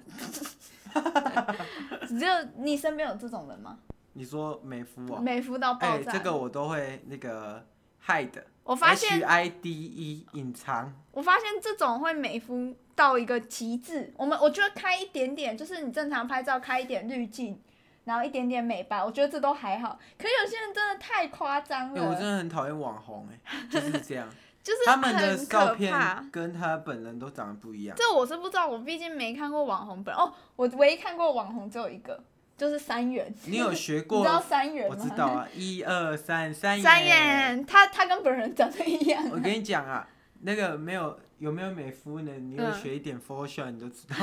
Speaker 1: 只有你身边有这种人吗？
Speaker 2: 你说美肤啊？
Speaker 1: 美肤到
Speaker 2: 哎、
Speaker 1: 爆炸。
Speaker 2: 这个我都会那个 hide，
Speaker 1: 我发
Speaker 2: H
Speaker 1: 现，
Speaker 2: I D E 隐藏，
Speaker 1: 我发现这种会美肤到一个极致。我们我觉得开一点点，就是你正常拍照开一点滤镜，然后一点点美白，我觉得这都还好。可有些人真的太夸张
Speaker 2: 哎、
Speaker 1: 了，
Speaker 2: 我真的很讨厌网红、哎，就是这样，
Speaker 1: 就是
Speaker 2: 他们的
Speaker 1: 很
Speaker 2: 照
Speaker 1: 可
Speaker 2: 片
Speaker 1: 怕。
Speaker 2: 跟他本人都长得不一样。
Speaker 1: 这我是不知道，我毕竟没看过网红本哦，我唯一看过网红只有一个，就是三元。
Speaker 2: 你有学
Speaker 1: 你
Speaker 2: 过
Speaker 1: 知？道三元
Speaker 2: 我
Speaker 1: 吗？
Speaker 2: 知道。啊，一二三，三
Speaker 1: 三
Speaker 2: 眼。
Speaker 1: 元，他他跟本人长得一 样。
Speaker 2: 我跟你讲啊，那个没有有没有美肤呢？你有
Speaker 1: 嗯
Speaker 2: 学一点 Photoshop 你 就知道，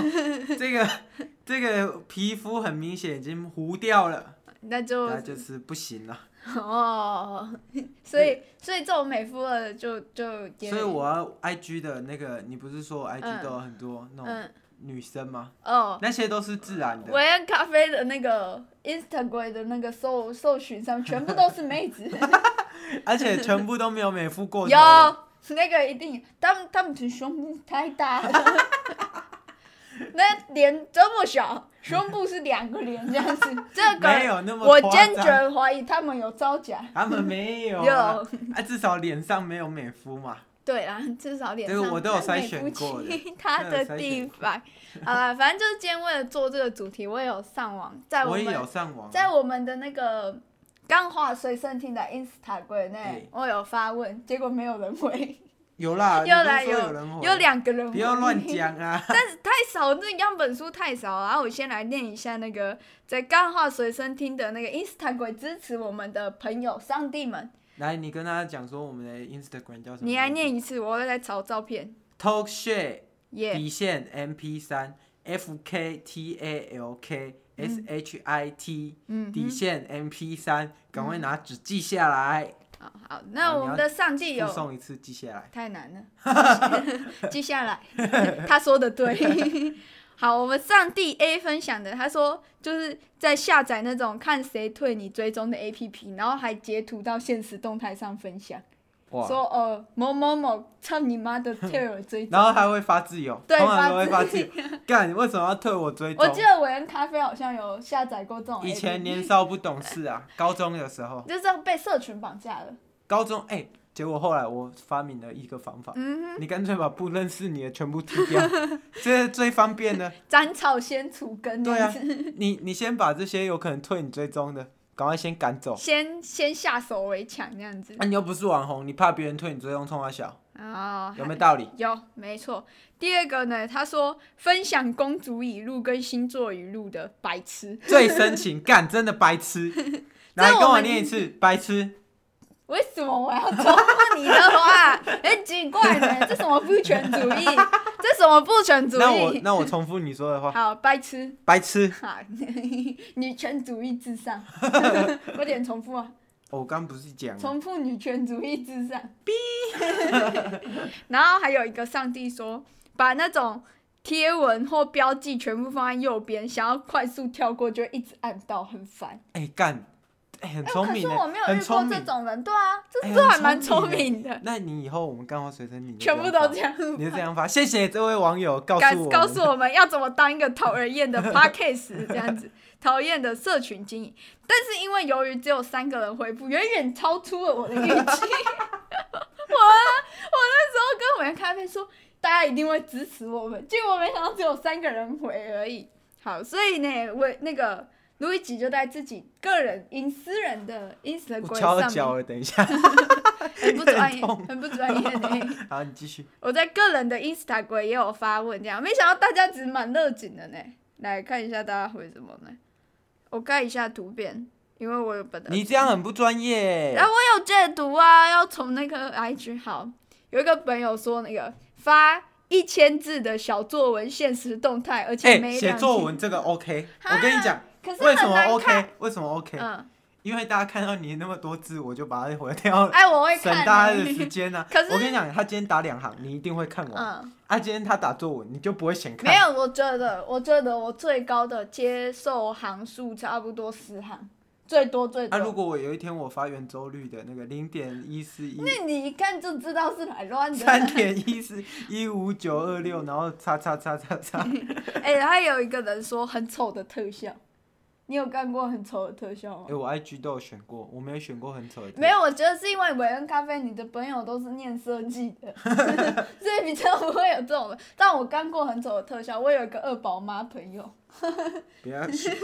Speaker 2: 这个这个皮肤很明显已经糊掉了，
Speaker 1: 那就
Speaker 2: 那就是不行了。
Speaker 1: 哦， 所以所以这种美肤了就就也
Speaker 2: 所以我要 IG 的那个，你不是说我 IG
Speaker 1: 嗯
Speaker 2: 都有很多那种
Speaker 1: 嗯
Speaker 2: 女生吗？
Speaker 1: 哦，
Speaker 2: 那些都是自然的。
Speaker 1: 维恩咖啡的那个 Instagram 的那个搜搜寻上全部都是妹 子，
Speaker 2: 而且全部都没有美肤过头
Speaker 1: 有
Speaker 2: 的。
Speaker 1: 那个一定，他们他们的胸部太大 了，那脸这么小，胸部是两个脸这样 子，这
Speaker 2: 没
Speaker 1: 个
Speaker 2: 有那么
Speaker 1: 我
Speaker 2: 夸
Speaker 1: 坚
Speaker 2: 张，
Speaker 1: 决怀疑他们有造假。
Speaker 2: 他们没有啊，
Speaker 1: 有，
Speaker 2: 啊，至少脸上没有美肤嘛。
Speaker 1: 对啊，至少脸
Speaker 2: 这个
Speaker 1: 上
Speaker 2: 我都有
Speaker 1: 看
Speaker 2: 筛选
Speaker 1: 美不
Speaker 2: 过的
Speaker 1: 清他
Speaker 2: 都有
Speaker 1: 的
Speaker 2: 筛选
Speaker 1: 地方。好了，反正就是今天为了做这个主题，我也有上网，在
Speaker 2: 我
Speaker 1: 们
Speaker 2: 也有上网啊，
Speaker 1: 在我们的那个钢化随身听的 Instagram 内
Speaker 2: 对，
Speaker 1: 我有发问，结果没有人回，
Speaker 2: 有
Speaker 1: 又
Speaker 2: 啦，你不是
Speaker 1: 来
Speaker 2: 说
Speaker 1: 有
Speaker 2: 有人回
Speaker 1: 有两个人回。
Speaker 2: 哦不要乱讲啊！
Speaker 1: 但是太少，这样本数太少了。然后我先来念一下那个在干话随身听的那个 Instagram 支持我们的朋友上帝们，
Speaker 2: 来，你跟大家讲说我们的 Instagram 叫什么？
Speaker 1: 你来念一次，我会来找照片。
Speaker 2: Talk Share
Speaker 1: 耶、
Speaker 2: 底线 MP 三 F K T A L K S H I T
Speaker 1: 嗯
Speaker 2: 底线 MP 三，赶快拿纸记下来，
Speaker 1: 好好，那
Speaker 2: 好
Speaker 1: 我们的上帝
Speaker 2: 附
Speaker 1: 嗯有
Speaker 2: 送一次记下来。
Speaker 1: 太难了， 记下来，他说的对。 好，我们上帝 A 分享的，他说就是在下载那种看谁退你追踪的 APP，然后还截图到现实动态上分享，
Speaker 2: 哇！
Speaker 1: 说呃某某某操你妈的退我追踪，
Speaker 2: 然后还会发自由，
Speaker 1: 对
Speaker 2: 通常都会发
Speaker 1: 发
Speaker 2: 自
Speaker 1: 自
Speaker 2: 由。 干，为什么要退我追
Speaker 1: 我
Speaker 2: 踪？
Speaker 1: 记得韦恩咖啡好像有下载过这种 APP，
Speaker 2: 以前年少不懂事啊，高中的时候，
Speaker 1: 就是被社群绑架了。
Speaker 2: 高中哎、结果后来我发明了一个方法，
Speaker 1: 嗯
Speaker 2: 你干脆把不认识你的全部踢 掉，这是最方便的
Speaker 1: 哼。，斩草先除根这
Speaker 2: 对
Speaker 1: 样
Speaker 2: 啊
Speaker 1: 子，，
Speaker 2: 你你先把这些有可能退你追踪的，赶快先赶走。
Speaker 1: 先先下手为强这样子。
Speaker 2: 那、你又不是网红，你怕别人退你追踪，冲他小，
Speaker 1: 啊、
Speaker 2: 有没有道理？
Speaker 1: 有，没错。第二个呢，他说分享公主语录跟星座语录的白痴，
Speaker 2: 最深情，干真的 白痴。来
Speaker 1: 这我
Speaker 2: 跟我
Speaker 1: 们
Speaker 2: 念一次，白痴。
Speaker 1: 为什么我要重复你的话？很奇怪呢，这什么父权主义？这什么父权主
Speaker 2: 那我
Speaker 1: 义？
Speaker 2: 那我重复你说的话，
Speaker 1: 好，白痴
Speaker 2: 白痴。
Speaker 1: 哈， 女权主义至 上， 有点重复啊，
Speaker 2: 哦我刚不是讲了，
Speaker 1: 重复女权主义至上。逼。 然后还有一个上帝说，把那种贴文或标记全部放在右边，想要快速跳过就一直按到，很烦。
Speaker 2: 哎、干，哎、很
Speaker 1: 哎，
Speaker 2: 聪
Speaker 1: 可
Speaker 2: 明
Speaker 1: 是
Speaker 2: 的、
Speaker 1: 我没有
Speaker 2: 很
Speaker 1: 遇过
Speaker 2: 聪
Speaker 1: 这
Speaker 2: 明。
Speaker 1: 种人，对啊，
Speaker 2: 哎
Speaker 1: 这这还
Speaker 2: 很
Speaker 1: 蛮
Speaker 2: 聪
Speaker 1: 聪
Speaker 2: 明
Speaker 1: 明的，
Speaker 2: 那你以后我们干话随身你就
Speaker 1: 全
Speaker 2: 这
Speaker 1: 部
Speaker 2: 样
Speaker 1: 都
Speaker 2: 发
Speaker 1: 这样。
Speaker 2: 你就这样发，谢谢这位网友告诉
Speaker 1: 告
Speaker 2: 我，
Speaker 1: 告诉我们要怎么当一个讨人厌的 podcast 这样子，讨厌的社群经营。但是因为由于只有三个人回复，远远超出了我的预期。 我我那时候跟我们咖啡说，大家一定会支持我们，结果没想到只有三个人回而已。好，所以呢，我那个路易吉就在自己个人隐私人的
Speaker 2: 我敲
Speaker 1: Instagram
Speaker 2: 到
Speaker 1: 上
Speaker 2: 脚
Speaker 1: 面，
Speaker 2: 了，等一下，
Speaker 1: 很不专业，
Speaker 2: 很痛
Speaker 1: 很不专业呢。
Speaker 2: 好，你继续。
Speaker 1: 我在个人的 Instagram 也有发问，这样没想到大家只蛮热情的呢。来看一下大家回什么呢？我盖一下图片，因为我有本来
Speaker 2: 你这样很不专业
Speaker 1: 呃
Speaker 2: 欸
Speaker 1: 然。后我有戒毒啊，要从那个 IG 好。有一个朋友说那个发一千字的小作文现实动态，而且
Speaker 2: 哎、
Speaker 1: 没
Speaker 2: 写
Speaker 1: 两
Speaker 2: 作
Speaker 1: 句
Speaker 2: 文，这个 OK，
Speaker 1: 哈
Speaker 2: 我跟你讲，
Speaker 1: 可是
Speaker 2: 为什
Speaker 1: 很
Speaker 2: 么
Speaker 1: 难看。
Speaker 2: OK？为什么 OK？、
Speaker 1: 嗯，
Speaker 2: 因为大家看到你那么多字，我就把它回掉了，
Speaker 1: 哎，我会
Speaker 2: 省
Speaker 1: 看、
Speaker 2: 大家的时间呐、
Speaker 1: 可是
Speaker 2: 我跟你讲，他今天打两行，你一定会看完。
Speaker 1: 嗯。
Speaker 2: 啊，今天他打作文，你就不会嫌看。
Speaker 1: 没有，我觉得，我觉得我最高的接受行数差不多十行，最多最多。
Speaker 2: 啊，如果我有一天我发圆周率的那个零点一四一
Speaker 1: 那你一看就知道是来乱的。
Speaker 2: 三点一四一五九二六，然后叉叉叉叉叉，
Speaker 1: 哎、还有一个人说很丑的特效，你有干过很丑的特效吗
Speaker 2: 哎、？我 IG 都有选过，我没有选过很丑的。
Speaker 1: 哦没有，我觉得是因为韦恩咖啡，你的朋友都是念设计的， 所以比较不会有这种的。但我干过很丑的特效，我有一个二宝妈朋友，
Speaker 2: 不要选。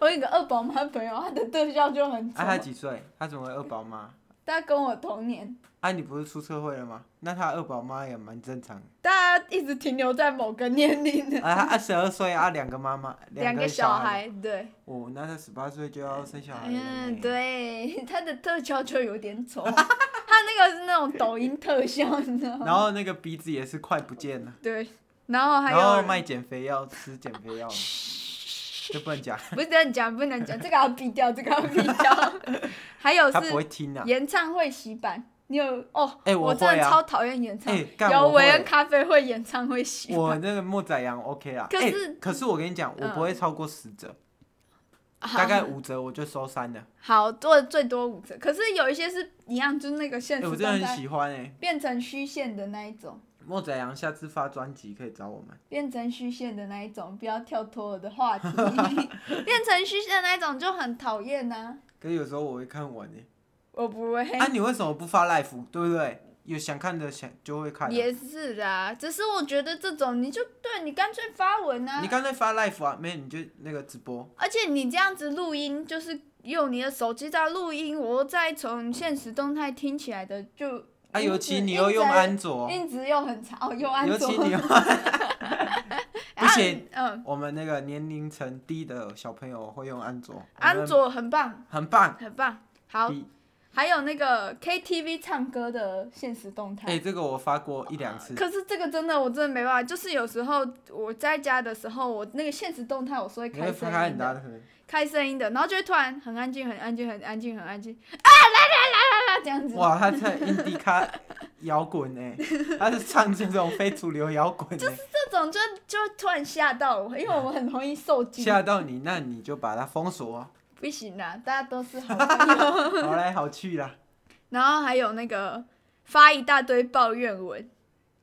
Speaker 1: 我有一个二宝妈朋友，她的特效就很丑，
Speaker 2: 啊，他几岁？他怎么会二宝妈？
Speaker 1: 她跟我同年，
Speaker 2: 啊，你不是出社会了吗？那他二宝妈也蛮正常的。
Speaker 1: 大家一直停留在某个年龄的
Speaker 2: 啊，他二十二岁啊，两个妈妈，
Speaker 1: 两
Speaker 2: 个
Speaker 1: 个小
Speaker 2: 孩。
Speaker 1: 孩，对。
Speaker 2: 哦，那他十八岁就要生小孩了呢。欸
Speaker 1: 嗯，对， 他的特效就有点丑， 他那个是那种抖音特效，你知道吗？
Speaker 2: 然后那个鼻子也是快不见了，
Speaker 1: 对，然后还
Speaker 2: 然后
Speaker 1: 有
Speaker 2: 卖减肥药，吃减 肥药，这不能讲，
Speaker 1: 不能讲，不能讲，这个要毙掉，这个要毙掉。 还有
Speaker 2: 他不
Speaker 1: 是
Speaker 2: 会听啊。
Speaker 1: 演唱会洗版，你有哦？
Speaker 2: 哎
Speaker 1: 我
Speaker 2: 我
Speaker 1: 真
Speaker 2: 会
Speaker 1: 的
Speaker 2: 啊
Speaker 1: 超讨厌演唱，
Speaker 2: 哎干
Speaker 1: 有
Speaker 2: 我
Speaker 1: 韦恩
Speaker 2: 会
Speaker 1: 咖啡会演唱会洗
Speaker 2: 我
Speaker 1: 版，
Speaker 2: 那个莫宰羊 OK 啦，
Speaker 1: 可
Speaker 2: 哎
Speaker 1: 是嗯
Speaker 2: 可是我跟你讲，我不会超过十折，
Speaker 1: 好
Speaker 2: 大概五折我就收山了。
Speaker 1: 好多最多五折，可是有一些是一样，就是那个现
Speaker 2: 哎，
Speaker 1: 实
Speaker 2: 我真
Speaker 1: 状
Speaker 2: 的很
Speaker 1: 态
Speaker 2: 喜欢哎，
Speaker 1: 变成虚线的那一种。
Speaker 2: 莫宰羊下次发专辑可以找我们。
Speaker 1: 变成虚线的那一种，不要跳脱我的话 题。变成虚线的那一种就很讨厌啊呐。
Speaker 2: 可是有时候我会看完哎，
Speaker 1: 我不会，
Speaker 2: 啊，你为什么不发 live？对不对？有想看的想就会看 啊。
Speaker 1: 也是啦。只是我觉得这种你就对你干脆发文啊
Speaker 2: 你，刚才发 live 啊，没有你就那个直播，
Speaker 1: 而且你这样子录音，就是用你的手机在录音，我再从现实动态听起来的就
Speaker 2: 啊，
Speaker 1: 嗯
Speaker 2: 尤其
Speaker 1: 嗯
Speaker 2: 你
Speaker 1: 嗯
Speaker 2: 又用
Speaker 1: 在
Speaker 2: 安卓，
Speaker 1: 音质又很 差，哦，又安
Speaker 2: 尤
Speaker 1: 卓
Speaker 2: 其，你用
Speaker 1: 啊
Speaker 2: 不行，
Speaker 1: 嗯，
Speaker 2: 我们那个年龄层低的小朋友会用安卓，
Speaker 1: 安卓很棒，
Speaker 2: 很棒。
Speaker 1: 很棒。好
Speaker 2: 比，
Speaker 1: 还有那个 KTV 唱歌的现实动态。
Speaker 2: 哎、这个我发过一两次，
Speaker 1: 可是这个真的我真的没办法，就是有时候我在家的时候，我那个现实动态我是会
Speaker 2: 你会
Speaker 1: 开
Speaker 2: 发
Speaker 1: 声
Speaker 2: 很
Speaker 1: 音
Speaker 2: 大
Speaker 1: 的，
Speaker 2: 的声音。
Speaker 1: 开声音的，然后就会突然很安静，很安静，很安静，很安静，啊啦啦啦啦啦这样子。
Speaker 2: 哇，他在印第卡摇滚哎，他是唱这种非主流摇滚哎，
Speaker 1: 这种 就就突然吓到我，因为我很容易受惊。
Speaker 2: 吓到你，那你就把它封锁、啊，
Speaker 1: 不行啦，大家都是好朋友。
Speaker 2: 好来好去啦。
Speaker 1: 然后还有那个发一大堆抱怨文，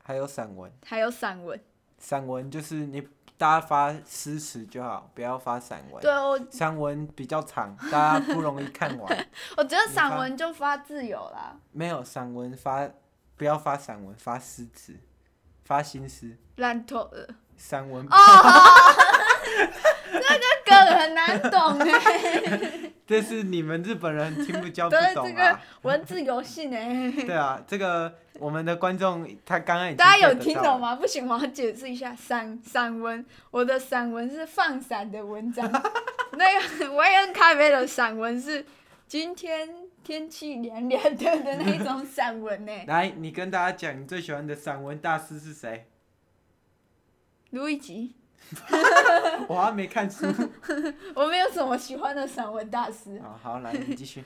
Speaker 2: 还有散文，
Speaker 1: 还有散文，
Speaker 2: 散文就是你大家发诗词就好，不要发散文。
Speaker 1: 对我，
Speaker 2: 散文比较长，大家不容易看完。
Speaker 1: 我觉得
Speaker 2: 你
Speaker 1: 散
Speaker 2: 发
Speaker 1: 文就发自由啦，
Speaker 2: 没有散文发，不要发散文，发诗词，发新诗。
Speaker 1: 烂透了。
Speaker 2: 散文
Speaker 1: 哦， 这个梗很难懂哎，
Speaker 2: 这是你们日本人听不 教不
Speaker 1: 对这
Speaker 2: 懂
Speaker 1: 个
Speaker 2: 啊。
Speaker 1: 文字游戏呢。
Speaker 2: 对啊，这个我们的观众他刚刚已 经
Speaker 1: 大家有
Speaker 2: get
Speaker 1: 听
Speaker 2: 到
Speaker 1: 懂
Speaker 2: 了？
Speaker 1: 吗？不行，我要解释一下散散文。我的散文是放散的文章， 那个维恩咖啡的散文是今天天气凉凉的的那种散 文呢。
Speaker 2: 来，你跟大家讲你最喜欢的散文大师是谁？
Speaker 1: 卢一吉，
Speaker 2: 我还没看 书。
Speaker 1: 我没有什么喜欢的散文大 师。
Speaker 2: 好哦好，来你继续。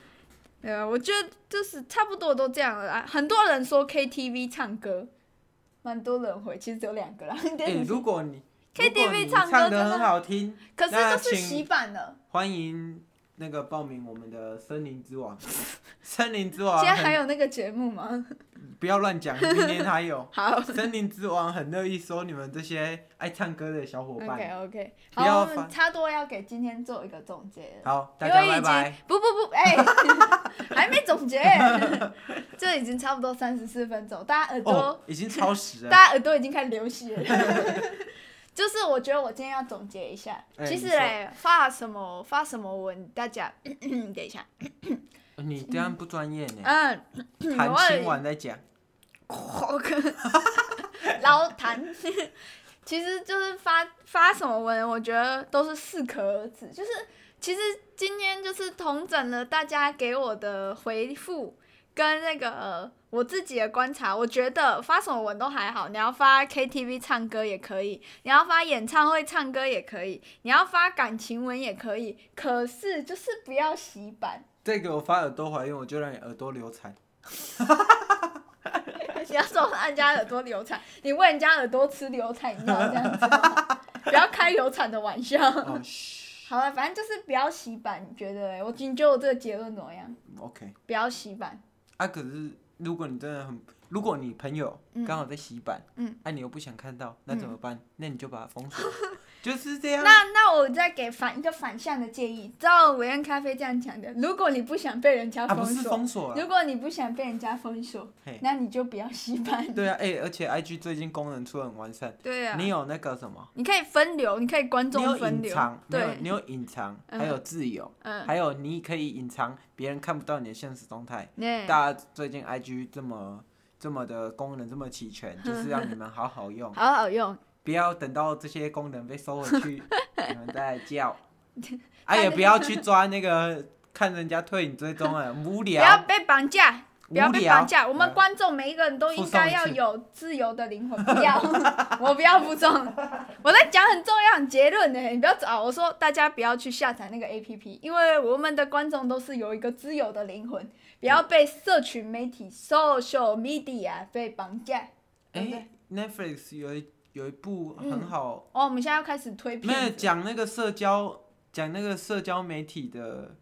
Speaker 1: 呃，我觉得就是差不多都这样了啦。很多人说 KTV 唱歌，蛮多人回，其实只有两个啦。
Speaker 2: 哎、如果你
Speaker 1: KTV
Speaker 2: 如果你
Speaker 1: 唱歌
Speaker 2: 唱
Speaker 1: 真
Speaker 2: 的
Speaker 1: 的
Speaker 2: 很好听，
Speaker 1: 可是
Speaker 2: 那
Speaker 1: 就是
Speaker 2: 请
Speaker 1: 洗版了，
Speaker 2: 欢迎那个报名我们的森林之王。 森林之王
Speaker 1: 现在
Speaker 2: 啊很
Speaker 1: 还有那个节目吗？。
Speaker 2: 不要乱讲，明年还有
Speaker 1: 好
Speaker 2: 森林之王很乐意收你们这些爱唱歌的小伙伴。
Speaker 1: ，OK 哦 OK，
Speaker 2: 不要
Speaker 1: 好，我
Speaker 2: 烦
Speaker 1: 们差不多要给今天做一个总结了。
Speaker 2: 好，大
Speaker 1: 因
Speaker 2: 家
Speaker 1: 为
Speaker 2: 拜
Speaker 1: 已经
Speaker 2: 拜。
Speaker 1: 不不不，哎、还没总 结，这已经差不多三十四分钟，大家耳朵、
Speaker 2: 哦，已经超时了。
Speaker 1: 大家耳朵已经开始流血了。 就是我觉得我今天要总结一下，
Speaker 2: 哎
Speaker 1: 其
Speaker 2: 你
Speaker 1: 实
Speaker 2: 说
Speaker 1: 嘞发什么发什么文，大家 等一下，
Speaker 2: 你这样不专业呢，
Speaker 1: 嗯，
Speaker 2: 谈
Speaker 1: 我
Speaker 2: 今晚再讲。
Speaker 1: 老谈， 其实就是发发什么文，我觉得都是适可而止。就是其实今天就是统整了大家给我的回复跟那个、呃我自己的观察，我觉得发什么文都还好。你要发 KTV 唱歌也可以，你要发演唱会唱歌也可以，你要发感情文也可以。可是就是不要洗版，
Speaker 2: 再给我发耳朵怀孕，我就让你耳朵流产。
Speaker 1: 你要说人家耳朵流产，你喂人家耳朵吃流产药这样子吗，不要开流产的玩 笑。
Speaker 2: 哦，嘘
Speaker 1: 好了，反正就是不要洗版，你觉得嘞？我你觉得我这个结论怎么样？
Speaker 2: ，OK。
Speaker 1: 不要洗版，
Speaker 2: 啊，可是如果你真的很，如果你朋友刚好在洗版，
Speaker 1: 嗯，
Speaker 2: 啊，你又不想看到，那怎么办？那你就把它封锁， 就是这样。
Speaker 1: 那那我再给反一个反向的建议，照维恩咖啡这样讲的，如果你不想被人家
Speaker 2: 啊，不
Speaker 1: 封
Speaker 2: 是
Speaker 1: 锁，
Speaker 2: 封锁了。
Speaker 1: 如果你不想被人家封锁
Speaker 2: 嘿，
Speaker 1: 那你就不要洗版。
Speaker 2: 对啊，哎、而且 IG 最近功能出得很完善，
Speaker 1: 对啊
Speaker 2: 你有那个什么，
Speaker 1: 你可以分流，你可以观
Speaker 2: 你
Speaker 1: 众
Speaker 2: 有
Speaker 1: 分
Speaker 2: 隐
Speaker 1: 流
Speaker 2: 藏，，没有，
Speaker 1: 对，
Speaker 2: 你有隐藏，还有自由，
Speaker 1: 嗯，
Speaker 2: 还有你可以隐藏别人看不到你的现实动态。
Speaker 1: 对，
Speaker 2: 大家最近 IG 这么这么的功能这么齐 全，就是让你们好好用，
Speaker 1: 好好用。
Speaker 2: 不要等到这些功能被收 回去，你们再来叫。啊，也不要去抓那个看人家退你追踪了，无
Speaker 1: 不要
Speaker 2: 聊，
Speaker 1: 被绑架，不要
Speaker 2: 无
Speaker 1: 被
Speaker 2: 聊
Speaker 1: 绑架。我们
Speaker 2: 嗯
Speaker 1: 观众每一个人都应该要有自由的灵魂。 不要，我不要附送。我在讲很重要很结论呢，你不要找我说大家不要去下载那个 APP，因为我们的观众都是有一个自由的灵魂，不要被社群媒体 social media 被绑架。对不对
Speaker 2: 哎、n e t f l i x 有一有一部很好，
Speaker 1: 哦，我们现在要开始推
Speaker 2: 没有
Speaker 1: 片子
Speaker 2: 讲那个社交，讲那个社交媒体的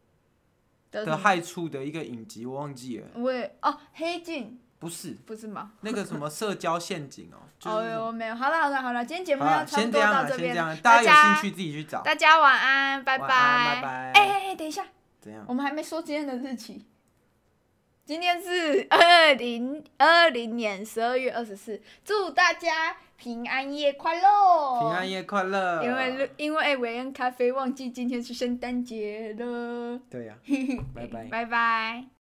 Speaker 1: 的什
Speaker 2: 的
Speaker 1: 么，
Speaker 2: 害处的一个影集，我忘记了，
Speaker 1: 我也哦，黑镜
Speaker 2: 不是
Speaker 1: 不是吗？
Speaker 2: 那个什么社交陷阱 哦、就是
Speaker 1: 哦哟，没有，好了好了好了，今天节目
Speaker 2: 好
Speaker 1: 要
Speaker 2: 啦，
Speaker 1: 差不
Speaker 2: 先这
Speaker 1: 多
Speaker 2: 样
Speaker 1: 到
Speaker 2: 啦，
Speaker 1: 这
Speaker 2: 先这
Speaker 1: 边，
Speaker 2: 样啦，
Speaker 1: 大
Speaker 2: 大家有
Speaker 1: 家
Speaker 2: 兴趣自己去找。
Speaker 1: 大家晚安，拜
Speaker 2: 晚
Speaker 1: 拜。
Speaker 2: 安拜拜。
Speaker 1: 哎哎哎，等一下，
Speaker 2: 怎样？
Speaker 1: 我们还没说今天的日期。今天是二零二零年十二月二十四，祝大家平安夜快乐！
Speaker 2: 平安
Speaker 1: 夜，
Speaker 2: 夜快乐。
Speaker 1: 因为录因为哎韦恩咖啡忘记今天是圣诞节了。
Speaker 2: 对呀、拜拜
Speaker 1: 拜拜。